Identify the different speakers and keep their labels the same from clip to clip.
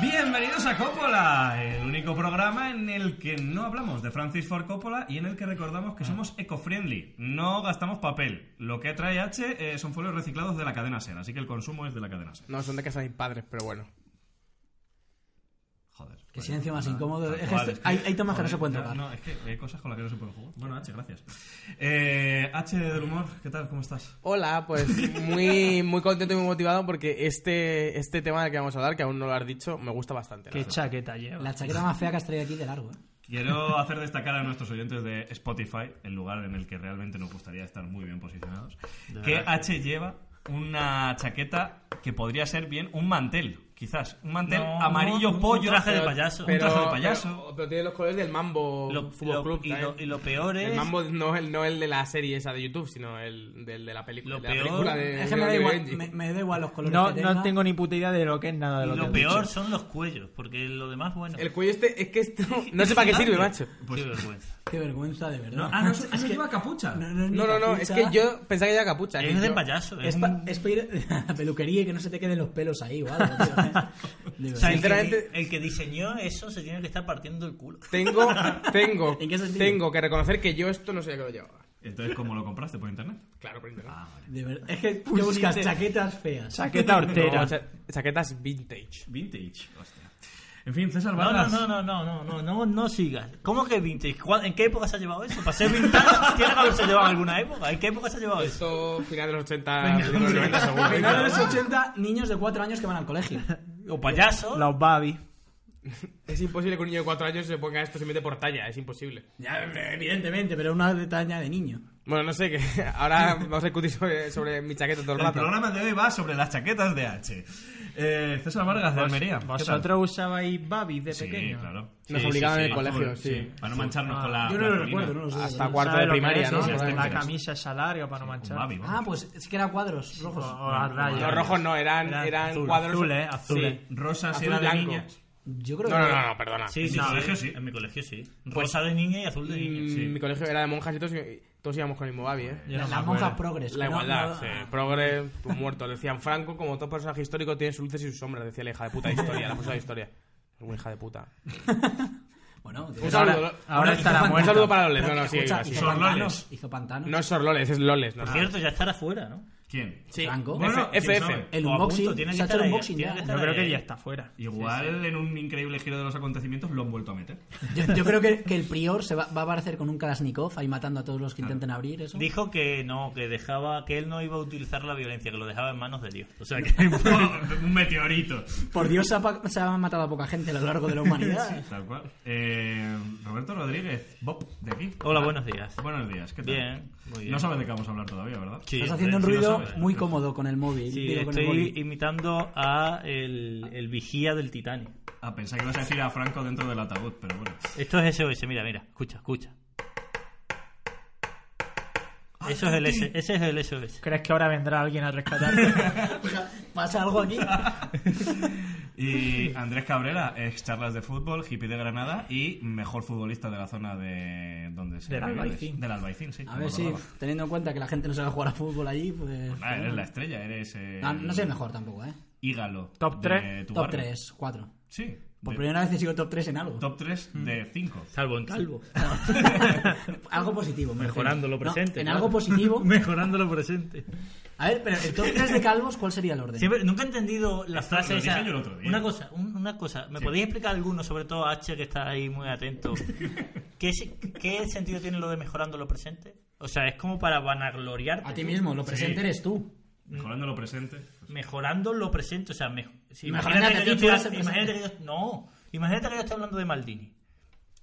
Speaker 1: Bienvenidos a Coppola, el único programa en el que no hablamos de Francis Ford Coppola y en el que recordamos que somos eco-friendly, no gastamos papel. Lo que trae H eh, son folios reciclados de la cadena SER, así que el consumo es de la cadena E SER.
Speaker 2: No, son de casa de mis padres, pero bueno.
Speaker 1: Joder.
Speaker 3: Qué silencio más incómodo.
Speaker 1: tal
Speaker 3: Es que
Speaker 1: cual,
Speaker 3: esto- hay- hay temas que no
Speaker 1: joder,
Speaker 3: se pueden
Speaker 1: ya,
Speaker 3: tocar.
Speaker 1: No, es que hay cosas con las que no se pueden jugar. Bueno, H, gracias. Eh, H del humor, ¿qué tal? ¿Cómo estás?
Speaker 2: Hola, pues muy, muy contento y muy motivado porque este, este tema del que vamos a hablar, que aún no lo has dicho, me gusta bastante. la
Speaker 4: Qué
Speaker 2: verdad.
Speaker 4: chaqueta lleva.
Speaker 3: La chaqueta más fea que has traído aquí de largo, ¿eh?
Speaker 1: Quiero hacer destacar a nuestros oyentes de Spotify, el lugar en el que realmente nos gustaría estar muy bien posicionados, que H lleva una chaqueta que podría ser bien un mantel, quizás. Un mantel
Speaker 4: No,
Speaker 1: amarillo
Speaker 4: un
Speaker 1: pollo.
Speaker 4: traje de payaso.
Speaker 1: Un traje de payaso.
Speaker 2: Pero, pero tiene los colores del Mambo
Speaker 4: Lo-
Speaker 2: Fútbol
Speaker 4: lo-
Speaker 2: Club.
Speaker 4: y, lo,
Speaker 2: ¿sabes?
Speaker 4: y lo peor es.
Speaker 2: El Mambo no el, no el de la serie esa de YouTube, sino el del de la película.
Speaker 4: Lo
Speaker 2: de la
Speaker 4: peor-
Speaker 2: película de-
Speaker 3: Es que me da
Speaker 2: de
Speaker 3: igual,
Speaker 2: Benji.
Speaker 3: me, me da igual los colores
Speaker 5: No,
Speaker 3: que
Speaker 5: no
Speaker 3: tenga.
Speaker 5: tengo ni puta idea de lo que es nada de
Speaker 4: y
Speaker 5: lo,
Speaker 4: lo
Speaker 5: que
Speaker 4: peor son los cuellos, porque lo demás, bueno.
Speaker 2: El cuello este, es que esto... No sé para qué sirve, macho.
Speaker 1: Pues,
Speaker 4: Qué vergüenza.
Speaker 3: Qué vergüenza, de verdad.
Speaker 1: ah, no, es que lleva capucha.
Speaker 3: No, no, es ni
Speaker 2: No, no, no, es
Speaker 3: capucha.
Speaker 2: que yo pensaba que era capucha. que
Speaker 4: Es de
Speaker 2: yo-
Speaker 4: payaso. Es
Speaker 3: Es para ir a la peluquería y que no se te queden los pelos ahí o algo, tío. ¿eh? De
Speaker 4: O sea, el, que,
Speaker 2: Sinceramente-
Speaker 4: di- el que diseñó eso se tiene que estar partiendo el culo.
Speaker 2: Tengo, tengo,
Speaker 3: ¿En qué sentido?
Speaker 2: tengo que reconocer que yo esto no sé que lo llevaba.
Speaker 1: Entonces, ¿cómo lo compraste? ¿Por internet?
Speaker 2: Claro, por internet.
Speaker 4: Ah,
Speaker 3: De ver- Es que ¿qué buscas chaquetas feas.
Speaker 5: Chaqueta hortera.
Speaker 2: No, cha- chaquetas vintage.
Speaker 1: Vintage. Hostia. En fin, César
Speaker 4: No, no,
Speaker 1: Vargas.
Speaker 4: no, no, no, no, no, no, no sigas. ¿Cómo que vintage? ¿Cuál- ¿En qué época se ha llevado eso? Para ser vintage tiene que haberse llevado en alguna época. ¿En qué época se ha llevado eso?
Speaker 2: Esto, final de los 80, principio de los 90, seguro.
Speaker 3: Final de los 80, niños de 4 años que van al colegio.
Speaker 4: O payaso.
Speaker 5: Los babi.
Speaker 2: Es imposible que un niño de 4 años se ponga esto simplemente por talla, es imposible.
Speaker 3: Ya, evidentemente, pero una detaña de niño.
Speaker 2: Bueno, no sé, que ahora vamos a discutir sobre, sobre mi chaqueta todo el
Speaker 1: El
Speaker 2: rato.
Speaker 1: programa de hoy va sobre las chaquetas de H. Eh, César Vargas, de Almería. ¿qué tal?
Speaker 5: ¿Vosotros usabais babi de
Speaker 1: Sí,
Speaker 5: pequeño?
Speaker 1: claro.
Speaker 2: Nos obligaban en el
Speaker 1: azul,
Speaker 2: colegio, sí.
Speaker 1: Para no mancharnos
Speaker 5: Ah,
Speaker 1: con la.
Speaker 3: Yo no lo
Speaker 1: la colina.
Speaker 3: recuerdo, no lo sé.
Speaker 2: Hasta
Speaker 3: ¿sabes?
Speaker 2: cuarto
Speaker 5: ¿Sabes
Speaker 2: de
Speaker 5: lo que
Speaker 2: primaria,
Speaker 5: es,
Speaker 2: ¿no?
Speaker 5: sí,
Speaker 1: Las
Speaker 5: sí, La
Speaker 1: técnicas.
Speaker 5: camisa esa larga para no
Speaker 1: Un
Speaker 5: manchar.
Speaker 1: Babi, vamos.
Speaker 3: Ah, pues es que eran cuadros rojos.
Speaker 5: O las rayas.
Speaker 2: Los rojos no, eran,
Speaker 5: Eran
Speaker 2: eran
Speaker 5: azul,
Speaker 2: cuadros...
Speaker 5: azules, azules.
Speaker 2: Sí.
Speaker 1: Rosas
Speaker 2: Azul
Speaker 1: era eh. de
Speaker 2: blanco.
Speaker 1: niñas.
Speaker 3: Yo creo
Speaker 2: No,
Speaker 3: que
Speaker 2: no, no, no, perdona.
Speaker 4: Sí, sí,
Speaker 1: En mi
Speaker 4: sí,
Speaker 1: colegio sí. Pues,
Speaker 4: En mi colegio sí. Rosa de niña y azul de niña.
Speaker 2: Mm,
Speaker 1: sí.
Speaker 2: Mi colegio era de monjas y todos, y todos íbamos con el mismo babi, ¿eh?
Speaker 5: Yo no me
Speaker 3: las
Speaker 5: acuerdo.
Speaker 3: monjas progres.
Speaker 2: La
Speaker 3: que no-
Speaker 2: igualdad,
Speaker 3: no-
Speaker 2: sí. Progre, tus muertos. Decían Franco, como todo personaje histórico, tiene sus luces y sus sombras. Decía la hija de puta de historia, la profesora de historia. Es una hija de puta.
Speaker 3: Bueno,
Speaker 2: Un
Speaker 3: ahora-
Speaker 2: saludo.
Speaker 5: Ahora está la
Speaker 3: Hizo
Speaker 5: muerte.
Speaker 2: Un saludo para Loles.
Speaker 3: Pero
Speaker 2: No, no,
Speaker 3: que
Speaker 2: sí,
Speaker 3: escucha,
Speaker 2: sí.
Speaker 3: hizo
Speaker 1: Son Loles.
Speaker 3: pantanos, Hizo pantanos.
Speaker 2: No es Sor Loles, es Loles. No,
Speaker 3: ah.
Speaker 4: Por cierto, ya estará fuera, ¿no?
Speaker 1: ¿Quién?
Speaker 2: Sí.
Speaker 3: Franco.
Speaker 1: Bueno,
Speaker 2: F-
Speaker 1: ¿quién
Speaker 2: FF.
Speaker 1: sabe?
Speaker 3: El
Speaker 4: O a
Speaker 3: unboxing,
Speaker 4: punto, tiene
Speaker 3: se
Speaker 4: que
Speaker 3: ha hecho
Speaker 4: estar
Speaker 3: el
Speaker 4: ahí,
Speaker 3: unboxing
Speaker 4: tiene
Speaker 3: ya.
Speaker 4: que
Speaker 5: Yo
Speaker 4: estar
Speaker 5: creo que
Speaker 4: ahí.
Speaker 5: ya está fuera.
Speaker 1: Igual en un increíble giro de los acontecimientos lo han vuelto a meter.
Speaker 3: Yo, yo creo que, que el prior se va, va a aparecer con un Kalashnikov ahí matando a todos los que intenten abrir eso.
Speaker 4: Dijo que no, que dejaba, que él no iba a utilizar la violencia, que lo dejaba en manos de Dios. O sea que
Speaker 1: un meteorito.
Speaker 3: Por Dios, se ha, pa- se ha matado a poca gente a lo largo de la humanidad.
Speaker 1: Tal cual. Eh, Roberto Rodríguez, Bob, de aquí.
Speaker 4: Hola, buenos días.
Speaker 1: Buenos días, ¿qué tal?
Speaker 4: Bien, muy bien.
Speaker 1: No sabes de qué vamos a hablar todavía, ¿verdad?
Speaker 4: Sí,
Speaker 3: Estás
Speaker 4: hombre,
Speaker 3: haciendo un
Speaker 4: sí lo
Speaker 3: ruido
Speaker 4: sabes.
Speaker 3: muy cómodo con el móvil.
Speaker 4: Sí,
Speaker 3: digo, con el
Speaker 4: estoy
Speaker 3: móvil.
Speaker 4: imitando a el, el vigía del Titanic.
Speaker 1: Ah, pensé que ibas a decir a Franco dentro del ataúd, pero bueno.
Speaker 4: Esto es SOS, mira, mira, escucha, escucha. Eso es el S, ese es el SOS.
Speaker 5: ¿Crees que ahora vendrá alguien a rescatarte?
Speaker 3: ¿Pasa algo aquí?
Speaker 1: Y Andrés Cabrera, ex charlas de fútbol, hippie de Granada y mejor futbolista de la zona de. donde se
Speaker 5: Del
Speaker 1: vive.
Speaker 5: Albaicín.
Speaker 1: Del Albaicín, sí.
Speaker 3: A
Speaker 1: me
Speaker 3: ver si,
Speaker 1: acordaba.
Speaker 3: teniendo en cuenta que la gente no sabe jugar a fútbol allí, pues...
Speaker 1: Nada, eres la estrella, eres. eh,
Speaker 3: no, no soy el mejor tampoco, ¿eh?
Speaker 1: Hígalo.
Speaker 5: Top
Speaker 1: de
Speaker 5: tres.
Speaker 1: tu
Speaker 3: Top
Speaker 1: barrio.
Speaker 3: 3, 4.
Speaker 1: Sí.
Speaker 3: Por Mm.
Speaker 1: de-
Speaker 3: primera vez he sido top 3 en algo.
Speaker 1: Top 3 de 5.
Speaker 4: Salvo en calvo.
Speaker 3: algo positivo. me refiero.
Speaker 4: Mejorando lo
Speaker 3: No,
Speaker 4: presente,
Speaker 3: en
Speaker 4: claro.
Speaker 3: algo positivo.
Speaker 4: Mejorando lo presente.
Speaker 3: A ver, pero el top 3 de calvos, ¿cuál sería el orden?
Speaker 4: Siempre, nunca he entendido la
Speaker 1: Esto
Speaker 4: frase
Speaker 1: lo dije
Speaker 4: esa.
Speaker 1: yo el otro día.
Speaker 4: Una cosa, un- una cosa. ¿Me
Speaker 1: Sí.
Speaker 4: podéis explicar alguno, sobre todo H, que está ahí muy atento? ¿Qué, se- qué sentido tiene lo de mejorando lo presente? O sea, es como para vanagloriarte.
Speaker 3: A ti mismo, lo
Speaker 1: Sí.
Speaker 3: presente eres tú.
Speaker 1: Mejorando lo presente.
Speaker 4: Mejorando lo presente. O sea, mej- si-
Speaker 3: Mejorando
Speaker 4: imagínate,
Speaker 3: a
Speaker 4: que yo
Speaker 3: ti, tú
Speaker 4: estoy-
Speaker 3: eres el
Speaker 4: imagínate que yo- No, imagínate que yo estoy hablando de Maldini.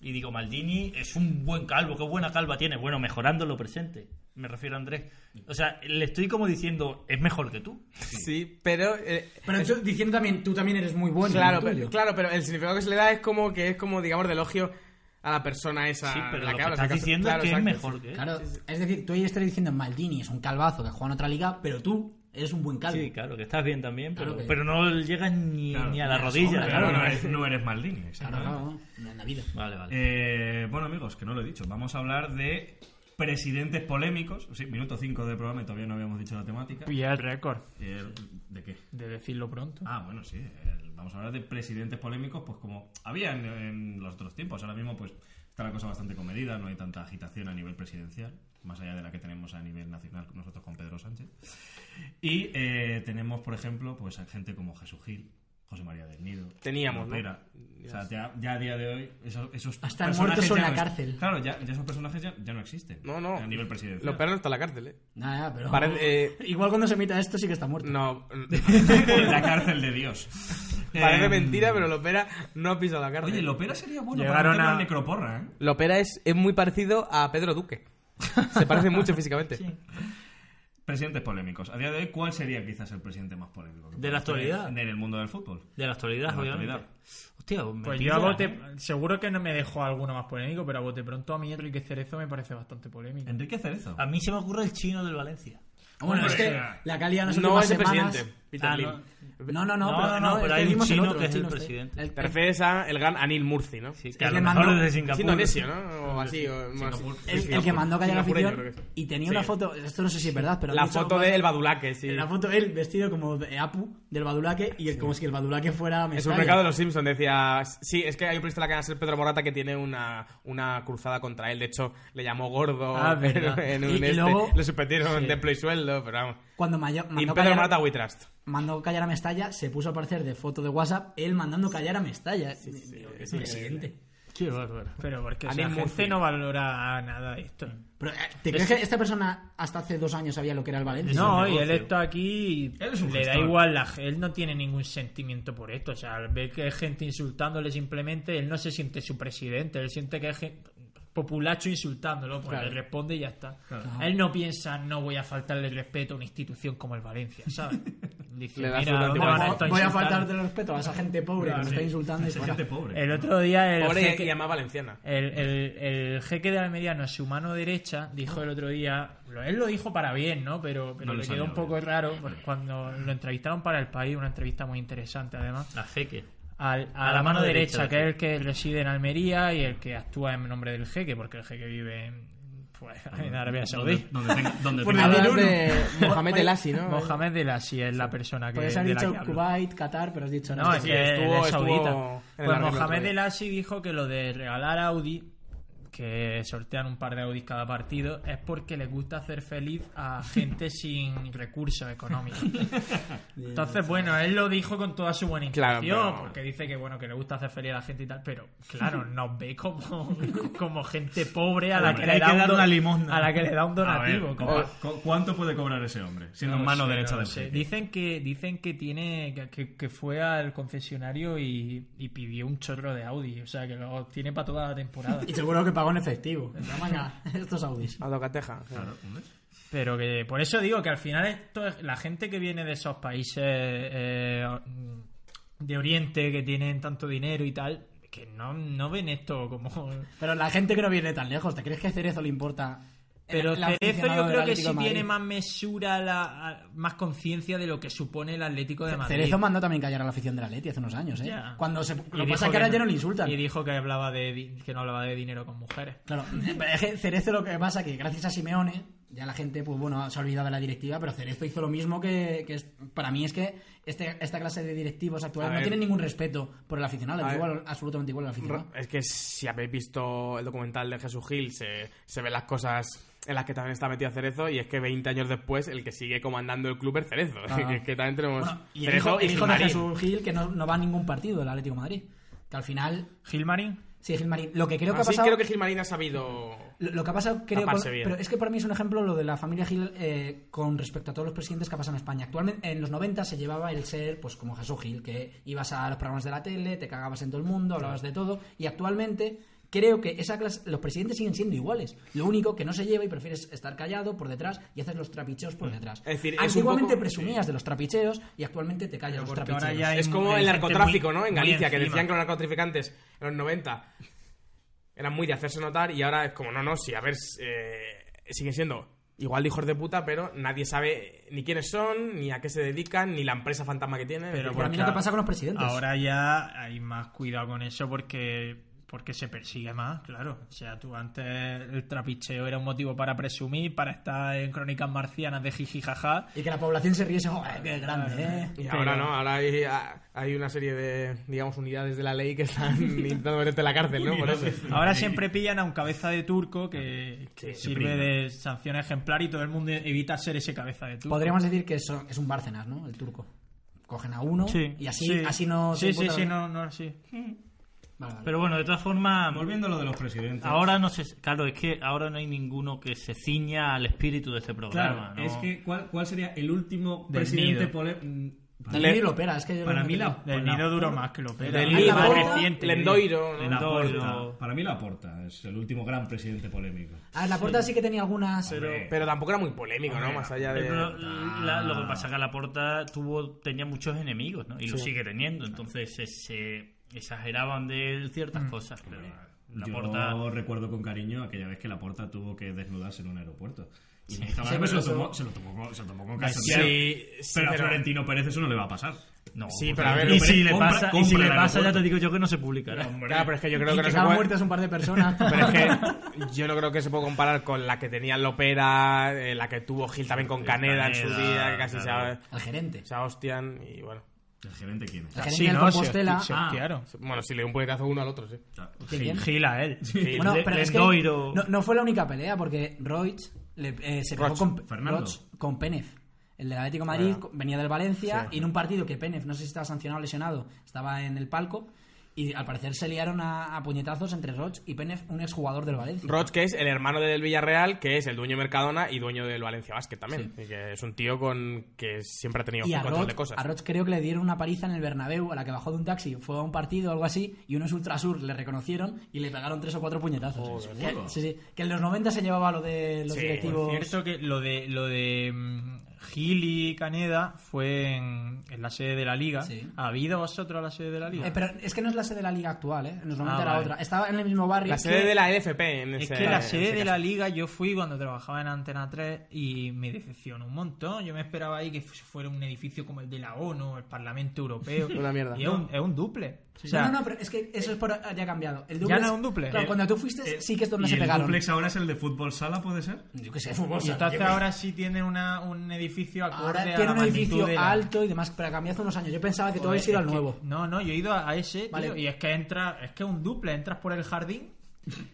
Speaker 4: Y digo, Maldini es un buen calvo, qué buena calva tiene. Bueno, mejorando lo presente. Me refiero a Andrés. O sea, le estoy como diciendo, es mejor que tú.
Speaker 2: Sí, pero... eh,
Speaker 3: Pero yo diciendo también, tú también eres muy bueno.
Speaker 2: claro,
Speaker 3: en lo
Speaker 2: pero,
Speaker 3: tuyo.
Speaker 2: claro, pero el significado que se le da es como que es como, digamos, de elogio a la persona esa.
Speaker 4: Sí, pero
Speaker 2: la que
Speaker 4: lo que
Speaker 2: hablas,
Speaker 4: estás
Speaker 2: acaso.
Speaker 4: diciendo
Speaker 2: Claro,
Speaker 4: es que es
Speaker 2: exacto,
Speaker 4: mejor
Speaker 2: sí.
Speaker 4: que él.
Speaker 3: Claro, es decir, tú ahí estás diciendo Maldini es un calvazo que juega en otra liga, pero tú eres un buen calvo.
Speaker 4: Sí, claro, que estás bien también, pero,
Speaker 3: Claro que-
Speaker 4: pero no llegas ni,
Speaker 1: Claro.
Speaker 4: ni a la
Speaker 3: Ni a la
Speaker 4: rodilla.
Speaker 3: sombra,
Speaker 1: Claro,
Speaker 3: claro.
Speaker 1: no eres, no eres Maldini.
Speaker 3: Claro,
Speaker 1: exactamente.
Speaker 3: claro, en la vida.
Speaker 4: Vale, vale.
Speaker 1: Eh, bueno, amigos, que no lo he dicho. Vamos a hablar de presidentes polémicos. Sí, minuto 5 del programa y todavía no habíamos dicho la temática.
Speaker 5: Pilla el récord.
Speaker 1: Eh, ¿De qué?
Speaker 5: De decirlo pronto.
Speaker 1: Ah, bueno, sí. El vamos a hablar de presidentes polémicos, pues como había en, en los otros tiempos. Ahora mismo, pues está la cosa bastante comedida, no hay tanta agitación a nivel presidencial, más allá de la que tenemos a nivel nacional nosotros con Pedro Sánchez. Y eh, tenemos, por ejemplo, pues a gente como Jesús Gil. José María del Nido.
Speaker 2: Teníamos, ¿no?
Speaker 1: Lopera. O sea, ya, ya a día de hoy, esos, esos
Speaker 3: Hasta el
Speaker 1: personajes
Speaker 3: muerto sobre
Speaker 1: ya
Speaker 3: la
Speaker 1: no es-
Speaker 3: cárcel.
Speaker 1: Claro, ya, ya esos personajes ya, ya no existen.
Speaker 2: No, no.
Speaker 1: A nivel presidencial.
Speaker 2: Los perros están en la cárcel, ¿eh?
Speaker 3: Nada, pero.
Speaker 2: Parece, eh,
Speaker 3: Igual cuando se emita esto sí que está muerto.
Speaker 2: No.
Speaker 1: la cárcel de Dios.
Speaker 2: Parece
Speaker 4: Eh,
Speaker 1: Em,
Speaker 2: mentira, pero Lopera no ha pisado la cárcel.
Speaker 1: Oye, Lopera sería bueno para
Speaker 5: Llegaron
Speaker 1: meterlo
Speaker 5: a-
Speaker 1: en necroporra, ¿eh?
Speaker 2: Lopera es, es muy parecido a Pedro Duque. Se parece mucho físicamente.
Speaker 1: Presidentes polémicos. A día de hoy, ¿cuál sería quizás el presidente más polémico? que
Speaker 4: ¿De la
Speaker 1: podemos tener
Speaker 4: actualidad?
Speaker 1: En el mundo del fútbol.
Speaker 4: De la actualidad,
Speaker 1: De la
Speaker 4: obviamente.
Speaker 1: actualidad.
Speaker 4: Hostia, me
Speaker 5: Pues yo
Speaker 4: pillas,
Speaker 5: a
Speaker 4: ¿eh?
Speaker 5: bote, seguro que no me dejó alguno más polémico, pero a bote pronto a mí Enrique Cerezo me parece bastante polémico.
Speaker 1: Enrique Cerezo.
Speaker 4: A mí se me ocurre el chino del Valencia.
Speaker 3: Bueno,
Speaker 1: Hombre,
Speaker 3: es que
Speaker 1: ya.
Speaker 3: la calidad en las
Speaker 2: No
Speaker 3: últimas
Speaker 2: es el
Speaker 3: semanas-
Speaker 2: presidente, Peter
Speaker 4: Ah,
Speaker 2: Lim.
Speaker 4: no.
Speaker 3: No, no, no,
Speaker 4: No,
Speaker 3: pero,
Speaker 4: no, no, pero hay un
Speaker 3: vimos el
Speaker 4: chino
Speaker 3: otro,
Speaker 4: que es el
Speaker 3: este.
Speaker 4: presidente.
Speaker 2: Te refieres a el gran Anil Murci, ¿no?
Speaker 4: Sí,
Speaker 2: Es
Speaker 4: que a
Speaker 3: el
Speaker 4: lo
Speaker 3: que
Speaker 4: mejor
Speaker 3: mandó-
Speaker 4: es de Singapur.
Speaker 2: Indonesio, ¿no? O así. o más-
Speaker 1: Singapur.
Speaker 2: sí,
Speaker 3: El, el que
Speaker 2: Singapur.
Speaker 3: mandó callar a la
Speaker 2: Singapureño, creo
Speaker 3: afición
Speaker 2: que es.
Speaker 3: y tenía una foto, esto no sé si es verdad, pero
Speaker 2: La
Speaker 3: mucho-
Speaker 2: foto del Badulaque, sí.
Speaker 3: La foto él vestido como de Apu del Badulaque y como si el Badulaque
Speaker 2: Es
Speaker 3: fuera
Speaker 2: un
Speaker 3: Mestalla.
Speaker 2: recado de los Simpsons, decía. Sí, es que hay un periodista de la cadena ser Pedro Morata que tiene una, una cruzada contra él. De hecho, le llamó gordo
Speaker 5: Ah, verdad.
Speaker 2: en un
Speaker 3: Y- y
Speaker 2: este.
Speaker 3: luego-
Speaker 2: Le suspendieron de empleo y sueldo, pero vamos.
Speaker 3: Cuando mayo-
Speaker 2: Y
Speaker 3: mandó,
Speaker 2: Pedro Morata
Speaker 3: callar,
Speaker 2: We Trust.
Speaker 3: mandó callar a Mestalla, se puso a aparecer de foto de WhatsApp él mandando callar a Mestalla. Digo,
Speaker 2: es
Speaker 3: qué presidente.
Speaker 4: Qué bárbaro.
Speaker 5: Pero porque
Speaker 2: A
Speaker 5: la
Speaker 2: mí
Speaker 5: gente
Speaker 2: Murphy.
Speaker 5: no valora nada esto.
Speaker 3: Pero, eh, ¿Te crees que esta persona hasta hace dos años sabía lo que era el Valencia?
Speaker 5: No, y
Speaker 4: negocio.
Speaker 5: él está aquí y
Speaker 1: Él es un
Speaker 5: le da
Speaker 1: gestor.
Speaker 5: igual, la, él no tiene ningún sentimiento por esto. O sea, al ver que hay gente insultándole simplemente, él no se siente su presidente, él siente que hay gente populacho insultándolo, pues
Speaker 3: Claro.
Speaker 5: le responde y ya está. Él no piensa, no voy a faltarle el respeto a una institución como el Valencia, ¿sabes? Dice,
Speaker 2: Le da
Speaker 5: "Mira,
Speaker 2: absolutamente
Speaker 5: ¿dónde
Speaker 2: igual".
Speaker 5: van a
Speaker 3: Voy-
Speaker 5: estar
Speaker 3: Voy a
Speaker 5: insultando?".
Speaker 3: faltarte el respeto a esa gente pobre que nos está insultando. y
Speaker 1: Esa
Speaker 3: fuera.
Speaker 1: gente pobre.
Speaker 5: El otro día el
Speaker 2: Pobre
Speaker 5: jeque-
Speaker 2: y además valenciana.
Speaker 5: El, el- el jeque de Almediano, su mano derecha, dijo el otro día, lo- él lo dijo para bien, ¿no? Pero, pero
Speaker 1: No le
Speaker 5: le quedó
Speaker 1: salió
Speaker 5: un poco
Speaker 1: bien.
Speaker 5: raro pues, cuando lo entrevistaron para el país, una entrevista muy interesante además.
Speaker 4: La jeque.
Speaker 5: al- a, la mano derecha, que es el que reside en Almería y el que actúa en nombre del jeque, porque el jeque vive en, pues, en Arabia
Speaker 1: Donde,
Speaker 5: Saudí.
Speaker 1: donde tenga- donde
Speaker 2: Por
Speaker 1: tenga-
Speaker 2: decir uno. Mohamed El Asi, ¿no?
Speaker 5: Mohamed de la sí es la persona que.
Speaker 3: Podrías haber
Speaker 5: de la
Speaker 3: Pues dicho
Speaker 5: que hablo.
Speaker 3: Kuwait, Qatar, pero has dicho
Speaker 5: No, es
Speaker 2: Sí,
Speaker 5: que
Speaker 2: estuvo-
Speaker 5: él es
Speaker 2: estuvo
Speaker 5: saudita.
Speaker 2: en el
Speaker 5: Pues
Speaker 2: arreglo otro
Speaker 5: Mohamed
Speaker 2: día.
Speaker 5: El Asi dijo que lo de regalar Audi, que sortean un par de Audis cada partido, es porque les gusta hacer feliz a gente sin recursos económicos. Entonces, bueno, él lo dijo con toda su buena
Speaker 2: Claro,
Speaker 5: intención,
Speaker 2: pero-
Speaker 5: porque dice que bueno que le gusta hacer feliz a la gente y tal, pero claro, nos ve como, como gente pobre a la
Speaker 4: Hombre,
Speaker 5: que le
Speaker 4: hay
Speaker 5: da
Speaker 4: que
Speaker 5: un
Speaker 4: dar
Speaker 5: don-
Speaker 4: una limosna.
Speaker 5: a la que le da un
Speaker 1: A ver,
Speaker 5: donativo. como-
Speaker 1: ¿cu- cu- ¿cuánto puede cobrar ese hombre? Siendo
Speaker 5: no
Speaker 1: mano
Speaker 5: sé,
Speaker 1: derecha
Speaker 5: Pues
Speaker 1: del
Speaker 5: no sé.
Speaker 1: jefe.
Speaker 5: Dicen que, dicen que tiene. que- Que, que fue al concesionario y, y pidió un chorro de Audi. O sea que lo tiene para toda la temporada.
Speaker 3: Y seguro que pagó en efectivo. Venga, estos Audis.
Speaker 2: A Docateja.
Speaker 1: Claro, hombre.
Speaker 5: Pero que por eso digo que al final esto es la gente que viene de esos países eh, mm, de Oriente que tienen tanto dinero y tal, que no, no ven esto como.
Speaker 3: Pero la gente que no viene tan lejos, ¿te crees que a Cerezo le importa?
Speaker 5: Pero
Speaker 3: el- el
Speaker 5: Cerezo
Speaker 3: aficionado
Speaker 5: Eh, yo
Speaker 3: del
Speaker 5: creo que
Speaker 3: Atlético
Speaker 5: sí
Speaker 3: de Madrid?
Speaker 5: tiene más mesura, la- a- más conciencia de lo que supone el Atlético de Madrid.
Speaker 3: Cerezo mandó también callar a la afición de la Leti hace unos años, ¿eh?
Speaker 5: Ya.
Speaker 3: Cuando se,
Speaker 5: Y
Speaker 3: lo que
Speaker 5: dijo
Speaker 3: pasa es que ahora ya no le
Speaker 5: Y
Speaker 3: insultan.
Speaker 5: dijo que hablaba de di- que no hablaba de dinero con mujeres.
Speaker 3: Claro, es que Cerezo lo que pasa es que gracias a Simeone, ya la gente, pues bueno, se ha olvidado de la directiva, pero Cerezo hizo lo mismo que... que es- para mí es que este- esta clase de directivos actuales
Speaker 2: A
Speaker 3: no
Speaker 2: ver.
Speaker 3: tienen ningún respeto por el aficionado, le da
Speaker 2: A ver.
Speaker 3: igual, absolutamente igual al aficionado.
Speaker 2: Es que si habéis visto el documental de Jesús Gil, se, se ven las cosas en las que también está metido Cerezo, y es que 20 años después el que sigue comandando el club es Cerezo.
Speaker 3: Ah.
Speaker 2: que, que también tenemos
Speaker 3: Bueno, y el
Speaker 2: Cerezo
Speaker 3: hijo, el hijo de
Speaker 2: Gilmarín.
Speaker 3: Jesús Gil que no, no va a ningún partido del Atlético de Madrid. Que al final,
Speaker 5: Gilmarín.
Speaker 3: sí, Gilmarín. Lo que creo que ha
Speaker 2: Así
Speaker 3: pasado.
Speaker 2: creo que Gilmarín ha sabido...
Speaker 3: Lo lo que ha pasado, creo.
Speaker 2: Taparse
Speaker 3: con-
Speaker 2: bien.
Speaker 3: pero es que para mí es un ejemplo lo de la familia Gil eh, con respecto a todos los presidentes que ha pasado en España. Actualmente, en los 90 se llevaba el ser, pues como Jesús Gil, que ibas a los programas de la tele, te cagabas en todo el mundo, hablabas de todo. Y actualmente creo que esa clase, los presidentes siguen siendo iguales. Lo único que no se lleva y prefieres estar callado por detrás y haces los trapicheos por detrás.
Speaker 2: Mm. Es decir, es un
Speaker 3: Antiguamente
Speaker 2: poco-
Speaker 3: presumías de los trapicheos y actualmente te callas los
Speaker 5: Porque
Speaker 3: trapicheos.
Speaker 5: ahora ya hay-
Speaker 2: es como
Speaker 5: hay
Speaker 2: el
Speaker 5: gente
Speaker 2: narcotráfico,
Speaker 5: muy-
Speaker 2: ¿no? En
Speaker 5: muy
Speaker 2: Galicia, que
Speaker 5: encima.
Speaker 2: decían que los narcotraficantes en los 90 eran muy de hacerse notar y ahora es como, no, no, sí, a ver, eh, siguen siendo igual de hijos de puta, pero nadie sabe ni quiénes son, ni a qué se dedican, ni la empresa fantasma que tienen.
Speaker 5: Pero
Speaker 2: en fin.
Speaker 3: para mí lo
Speaker 5: porque
Speaker 3: que
Speaker 5: ahora-
Speaker 3: pasa con los presidentes.
Speaker 5: Ahora ya hay más cuidado con eso porque. por Porque se persigue más, claro. O sea, tú antes el trapicheo era un motivo para presumir, para estar en crónicas marcianas de jiji jaja.
Speaker 3: Y que la población se riese, joder, qué grande, ¿eh?
Speaker 2: Y ahora no, ahora hay, hay una serie de, digamos, unidades de la ley que están intentando meterte en la cárcel, ¿no? Por eso.
Speaker 5: Ahora siempre pillan a un cabeza de turco que, que
Speaker 4: Sí,
Speaker 5: sirve
Speaker 4: primo.
Speaker 5: de sanción ejemplar y todo el mundo evita ser ese cabeza de turco.
Speaker 3: Podríamos decir que eso- es un Bárcenas, ¿no? El turco. Cogen a uno
Speaker 5: Sí,
Speaker 3: y así,
Speaker 5: sí.
Speaker 3: así no se
Speaker 5: Sí, sí,
Speaker 3: imputa-
Speaker 5: sí, no, no, sí.
Speaker 3: Vale, vale.
Speaker 4: Pero bueno, de todas formas,
Speaker 1: Volviendo a lo de los presidentes.
Speaker 4: ahora no sé. Claro, es que ahora no hay ninguno que se ciña al espíritu de este programa.
Speaker 1: claro,
Speaker 4: ¿no?
Speaker 1: es que ¿cuál, cuál sería el último
Speaker 5: Del
Speaker 1: presidente
Speaker 5: nido.
Speaker 1: pole- mm,
Speaker 3: Del
Speaker 1: para-
Speaker 3: nido Lopera, es que yo
Speaker 1: para
Speaker 3: no
Speaker 1: mí la
Speaker 3: entiendo.
Speaker 5: Del
Speaker 1: la
Speaker 5: nido duro
Speaker 1: por-
Speaker 5: más que lo Ah, pega.
Speaker 2: Del
Speaker 3: Ahí
Speaker 2: Nido,
Speaker 3: va,
Speaker 5: reciente,
Speaker 2: Lendoiro, ¿no?
Speaker 1: La
Speaker 4: Laporta.
Speaker 1: Porta. Para mí la Porta es el último gran presidente polémico.
Speaker 3: Ah, la puerta sí que tenía algunas.
Speaker 1: Hombre,
Speaker 2: Pero tampoco era muy polémico, ¿no?
Speaker 1: Hombre,
Speaker 2: Más allá
Speaker 4: Eh, pero
Speaker 2: de...
Speaker 4: la- lo que pasa es que Laporta tuvo, tenía muchos enemigos, ¿no? Y lo
Speaker 2: Sí.
Speaker 4: sigue teniendo. Entonces se, se exageraban de él ciertas cosas. Pero Laporta.
Speaker 1: Mm. Yo recuerdo con cariño aquella vez que la Porta tuvo que desnudarse en un aeropuerto. Y Nick Tabarro
Speaker 3: Sí, pero
Speaker 1: se, lo
Speaker 3: eso-
Speaker 1: tomó, se, lo tomó, con- se lo tomó con
Speaker 2: Sí,
Speaker 1: cachondeo.
Speaker 2: sí,
Speaker 1: pero, a Florentino Pérez eso no le va a pasar.
Speaker 4: No,
Speaker 2: Sí,
Speaker 4: porque-
Speaker 2: pero a ver,
Speaker 4: y
Speaker 1: hombre,
Speaker 4: si le
Speaker 1: compra-
Speaker 4: pasa, y
Speaker 1: compra
Speaker 4: si le
Speaker 1: el
Speaker 4: pasa ya
Speaker 1: aeropuerto.
Speaker 4: te digo yo que no se publicará.
Speaker 2: Claro, pero es que yo creo
Speaker 3: y
Speaker 2: que
Speaker 3: que
Speaker 2: no se
Speaker 3: estaban
Speaker 2: puede...
Speaker 3: muertas un par de personas.
Speaker 2: Pero es que yo no creo que se pueda comparar con la que tenía Lopera, eh, la que tuvo Gil también con Caneda en su
Speaker 4: Caneda,
Speaker 2: día, que casi
Speaker 4: claro.
Speaker 2: se,
Speaker 3: Al gerente.
Speaker 2: se hostian y bueno.
Speaker 1: ¿El gerente quién es?
Speaker 3: Al gerente
Speaker 5: Sí,
Speaker 3: del
Speaker 5: no, se
Speaker 3: Compostela.
Speaker 5: hosti- se
Speaker 3: Ah,
Speaker 5: hostiaron.
Speaker 2: Bueno, si le dio un puñetazo uno al otro, sí.
Speaker 3: ¿quién, quién?
Speaker 5: Gila él.
Speaker 2: Sí.
Speaker 3: Bueno,
Speaker 4: Le-
Speaker 3: pero es que
Speaker 4: Lendoiro.
Speaker 3: no, no fue la única pelea, porque Roig le- eh, se pegó
Speaker 2: Roig,
Speaker 3: con,
Speaker 1: Fernando.
Speaker 3: Roig con Penef. El del Atlético de Madrid
Speaker 2: Ah.
Speaker 3: venía del Valencia y en un partido que Penef, no sé si estaba sancionado o lesionado, estaba en el palco y al parecer se liaron a, a puñetazos entre Roig y Penef, un exjugador del Valencia.
Speaker 2: Roch, que es el hermano del Villarreal, que es el dueño de Mercadona y dueño del Valencia Basket también. Y que es un tío con que siempre ha tenido
Speaker 3: y a
Speaker 2: control
Speaker 3: Roig,
Speaker 2: de cosas.
Speaker 3: a Roig creo que le dieron una paliza en el Bernabéu a la que bajó de un taxi, fue a un partido o algo así y unos ultrasur le reconocieron y le pegaron tres o cuatro puñetazos.
Speaker 1: Joder.
Speaker 3: Que- sí, sí, que en los 90 se llevaba lo de los
Speaker 2: Sí,
Speaker 3: directivos.
Speaker 5: Cierto que lo de lo de mm, Gil y Caneda fue en, en la sede de la liga.
Speaker 3: Sí.
Speaker 5: ¿Ha habido vosotros a la sede de la liga?
Speaker 3: Eh, pero es que no es la sede de la liga actual, ¿eh? En los 90
Speaker 5: Ah,
Speaker 3: era
Speaker 5: vale.
Speaker 3: otra. Estaba en el mismo barrio.
Speaker 2: La sede de la LFP en
Speaker 5: es
Speaker 2: ese
Speaker 5: que
Speaker 2: en
Speaker 5: la
Speaker 2: ese
Speaker 5: sede de
Speaker 2: caso.
Speaker 5: la liga yo fui cuando trabajaba en Antena 3 y me decepcionó un montón. Yo me esperaba ahí que fu- fuera un edificio como el de la ONU, el Parlamento Europeo.
Speaker 2: Una mierda.
Speaker 5: Y es un, es un duple. O sea,
Speaker 3: no, no, no, pero es que eso es por, ya ha cambiado. El
Speaker 5: Ya
Speaker 3: duplex,
Speaker 5: no es un duple.
Speaker 3: Claro,
Speaker 5: Eh,
Speaker 3: cuando tú fuiste, sí que es donde
Speaker 1: ¿Y
Speaker 3: se
Speaker 1: el
Speaker 3: pegaron.
Speaker 1: duplex ahora es el de fútbol sala, pues, puede ser?
Speaker 3: Yo qué sé, fútbol.
Speaker 5: y entonces
Speaker 3: yo qué-
Speaker 5: ahora sí tiene una, un edificio acorde
Speaker 3: Ahora
Speaker 5: a
Speaker 3: tiene
Speaker 5: la
Speaker 3: un edificio
Speaker 5: magnitud de la-
Speaker 3: alto y demás, pero cambió hace unos años. Yo pensaba que todo
Speaker 5: Joder,
Speaker 3: habías ido
Speaker 5: es
Speaker 3: al
Speaker 5: que-
Speaker 3: nuevo.
Speaker 5: no, no, yo he ido a, a ese, tío,
Speaker 3: Vale.
Speaker 5: y es que entra, es que es un duple, entras por el jardín,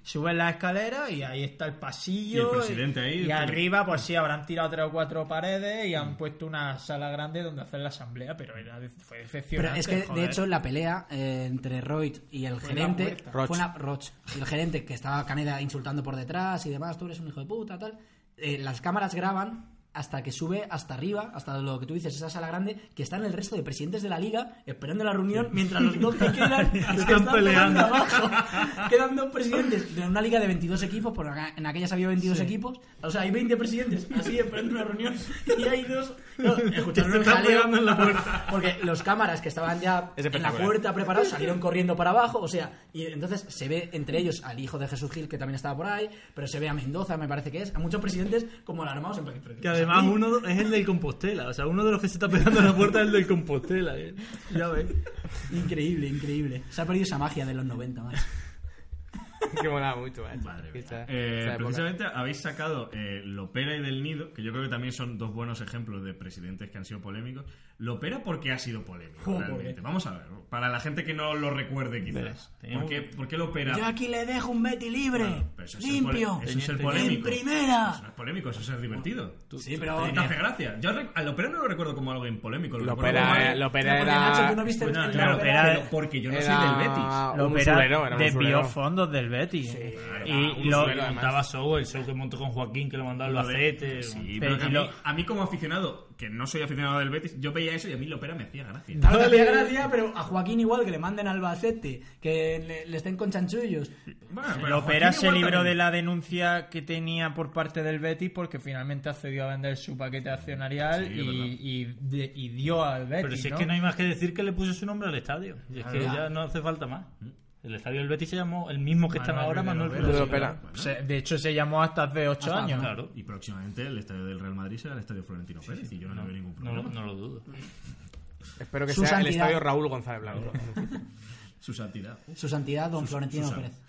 Speaker 5: subes la escalera y ahí está el pasillo.
Speaker 1: Y el presidente ahí,
Speaker 5: y
Speaker 1: el-
Speaker 5: arriba, pues sí, habrán tirado tres o cuatro paredes y
Speaker 3: Mm.
Speaker 5: han puesto una sala grande donde hacer la asamblea, pero era, de- fue
Speaker 3: Pero
Speaker 5: decepcionante.
Speaker 3: es que, de
Speaker 5: joder.
Speaker 3: hecho, la pelea eh, entre Roy y el
Speaker 5: Fue en la
Speaker 3: gerente
Speaker 5: puerta.
Speaker 2: Roch.
Speaker 3: fue una Roch. Y el gerente que estaba Caneda insultando por detrás y demás, tú eres un hijo de puta, tal. Eh, las cámaras graban hasta que sube hasta arriba, hasta lo que tú dices, esa sala grande, que están el resto de presidentes de la liga esperando la reunión mientras los dos que quedan los que están
Speaker 1: peleando.
Speaker 3: jugando abajo. Quedan dos presidentes de una liga de 22 equipos, porque acá- en aquellas había 22 equipos. O sea, hay 20 presidentes así esperando una reunión y hay dos. no, escucharon
Speaker 1: Se
Speaker 3: un
Speaker 1: están
Speaker 3: jaleo.
Speaker 1: pegando en la puerta.
Speaker 3: Porque los cámaras que estaban ya
Speaker 2: Es
Speaker 3: en la
Speaker 2: espectacular.
Speaker 3: puerta preparados salieron corriendo para abajo, o sea, y entonces se ve entre ellos al hijo de Jesús Gil que también estaba por ahí, pero se ve a Mendoza, me parece que es, a muchos presidentes como alarmados en plan,
Speaker 4: Que además uno es el del Compostela, o sea, uno de los que se está pegando a la puerta es el del Compostela, ¿eh? ya ves.
Speaker 3: Increíble, increíble. Se ha perdido esa magia de los 90 más.
Speaker 2: que molaba mucho, eh.
Speaker 1: Madre mía.
Speaker 2: Esa-
Speaker 1: Eh,
Speaker 2: esa época.
Speaker 1: precisamente habéis sacado eh, Lopera y Del Nido, que yo creo que también son dos buenos ejemplos de presidentes que han sido polémicos. Lopera porque ha sido polémico,
Speaker 3: Joder.
Speaker 1: realmente. Vamos a ver, para la gente que no lo recuerde quizás. ¿Por qué, por qué Lopera?
Speaker 3: Yo aquí le dejo un Betty libre,
Speaker 1: Bueno, pero eso es ser
Speaker 3: limpio,
Speaker 1: pole- eso es ser
Speaker 3: en
Speaker 1: polémico. Eso
Speaker 3: primera.
Speaker 1: no es polémico, eso es ser divertido.
Speaker 3: Sí, pero...
Speaker 1: no hace gracia. Yo rec- a Lopera no lo recuerdo como algo bien polémico. Lo recuerdo como
Speaker 2: Lopera,
Speaker 1: algo-
Speaker 2: Lopera
Speaker 3: Porque, Nacho, tú no
Speaker 2: eh, era...
Speaker 3: viste el-
Speaker 5: Bueno,
Speaker 3: el
Speaker 5: claro,
Speaker 3: Lopera.
Speaker 5: pero-
Speaker 1: Pero porque yo no soy del Betis.
Speaker 2: Ah, un
Speaker 5: Lopera
Speaker 2: usurero, era un
Speaker 5: desvió
Speaker 2: usurero.
Speaker 5: fondos del Betis.
Speaker 1: claro,
Speaker 5: y
Speaker 2: un
Speaker 5: lo,
Speaker 2: usurero, además.
Speaker 4: Montaba Show, el show que montó con Joaquín, que lo mandó al Albacete.
Speaker 1: Sí,
Speaker 5: Pero
Speaker 1: pero que a, mí,
Speaker 5: lo-
Speaker 1: a mí como aficionado, que no soy aficionado del Betis, yo veía eso y a mí Lopera me hacía gracia.
Speaker 3: Claro, te hacía gracia, pero a Joaquín igual que le manden al Albacete, que le, le estén con chanchullos.
Speaker 1: Bueno, pero
Speaker 5: Lopera
Speaker 1: Joaquín
Speaker 5: se
Speaker 1: igual
Speaker 5: libró
Speaker 1: también.
Speaker 5: de la denuncia que tenía por parte del Betis porque finalmente accedió a vender su paquete accionarial
Speaker 1: Sí,
Speaker 5: y,
Speaker 1: es verdad.
Speaker 5: y de- y dio al Betis.
Speaker 4: Pero si es
Speaker 5: ¿no?
Speaker 4: que no hay más que decir que le puso su nombre al estadio. Y es que
Speaker 3: Ah.
Speaker 4: ya no hace falta más.
Speaker 1: Mm.
Speaker 4: El estadio del Betis se llamó el mismo que están
Speaker 5: Manuel
Speaker 4: ahora,
Speaker 5: Ruiz de
Speaker 4: Manuel
Speaker 5: Lopera.
Speaker 4: Ruiz de
Speaker 2: Ruiz de
Speaker 4: Lopera.
Speaker 1: Bueno,
Speaker 5: Se- de hecho, se llamó hasta hace ocho
Speaker 3: Hasta-
Speaker 5: años.
Speaker 4: Claro,
Speaker 1: Y próximamente el estadio del Real Madrid será el estadio Florentino Pérez y yo no, le veo ningún
Speaker 4: no,
Speaker 1: problema.
Speaker 4: lo- no lo dudo.
Speaker 2: Espero que
Speaker 3: Su
Speaker 2: sea el
Speaker 3: santidad.
Speaker 2: estadio Raúl González Blanco.
Speaker 1: Su santidad.
Speaker 3: Su santidad, don Florentino
Speaker 1: Susana.
Speaker 3: Pérez.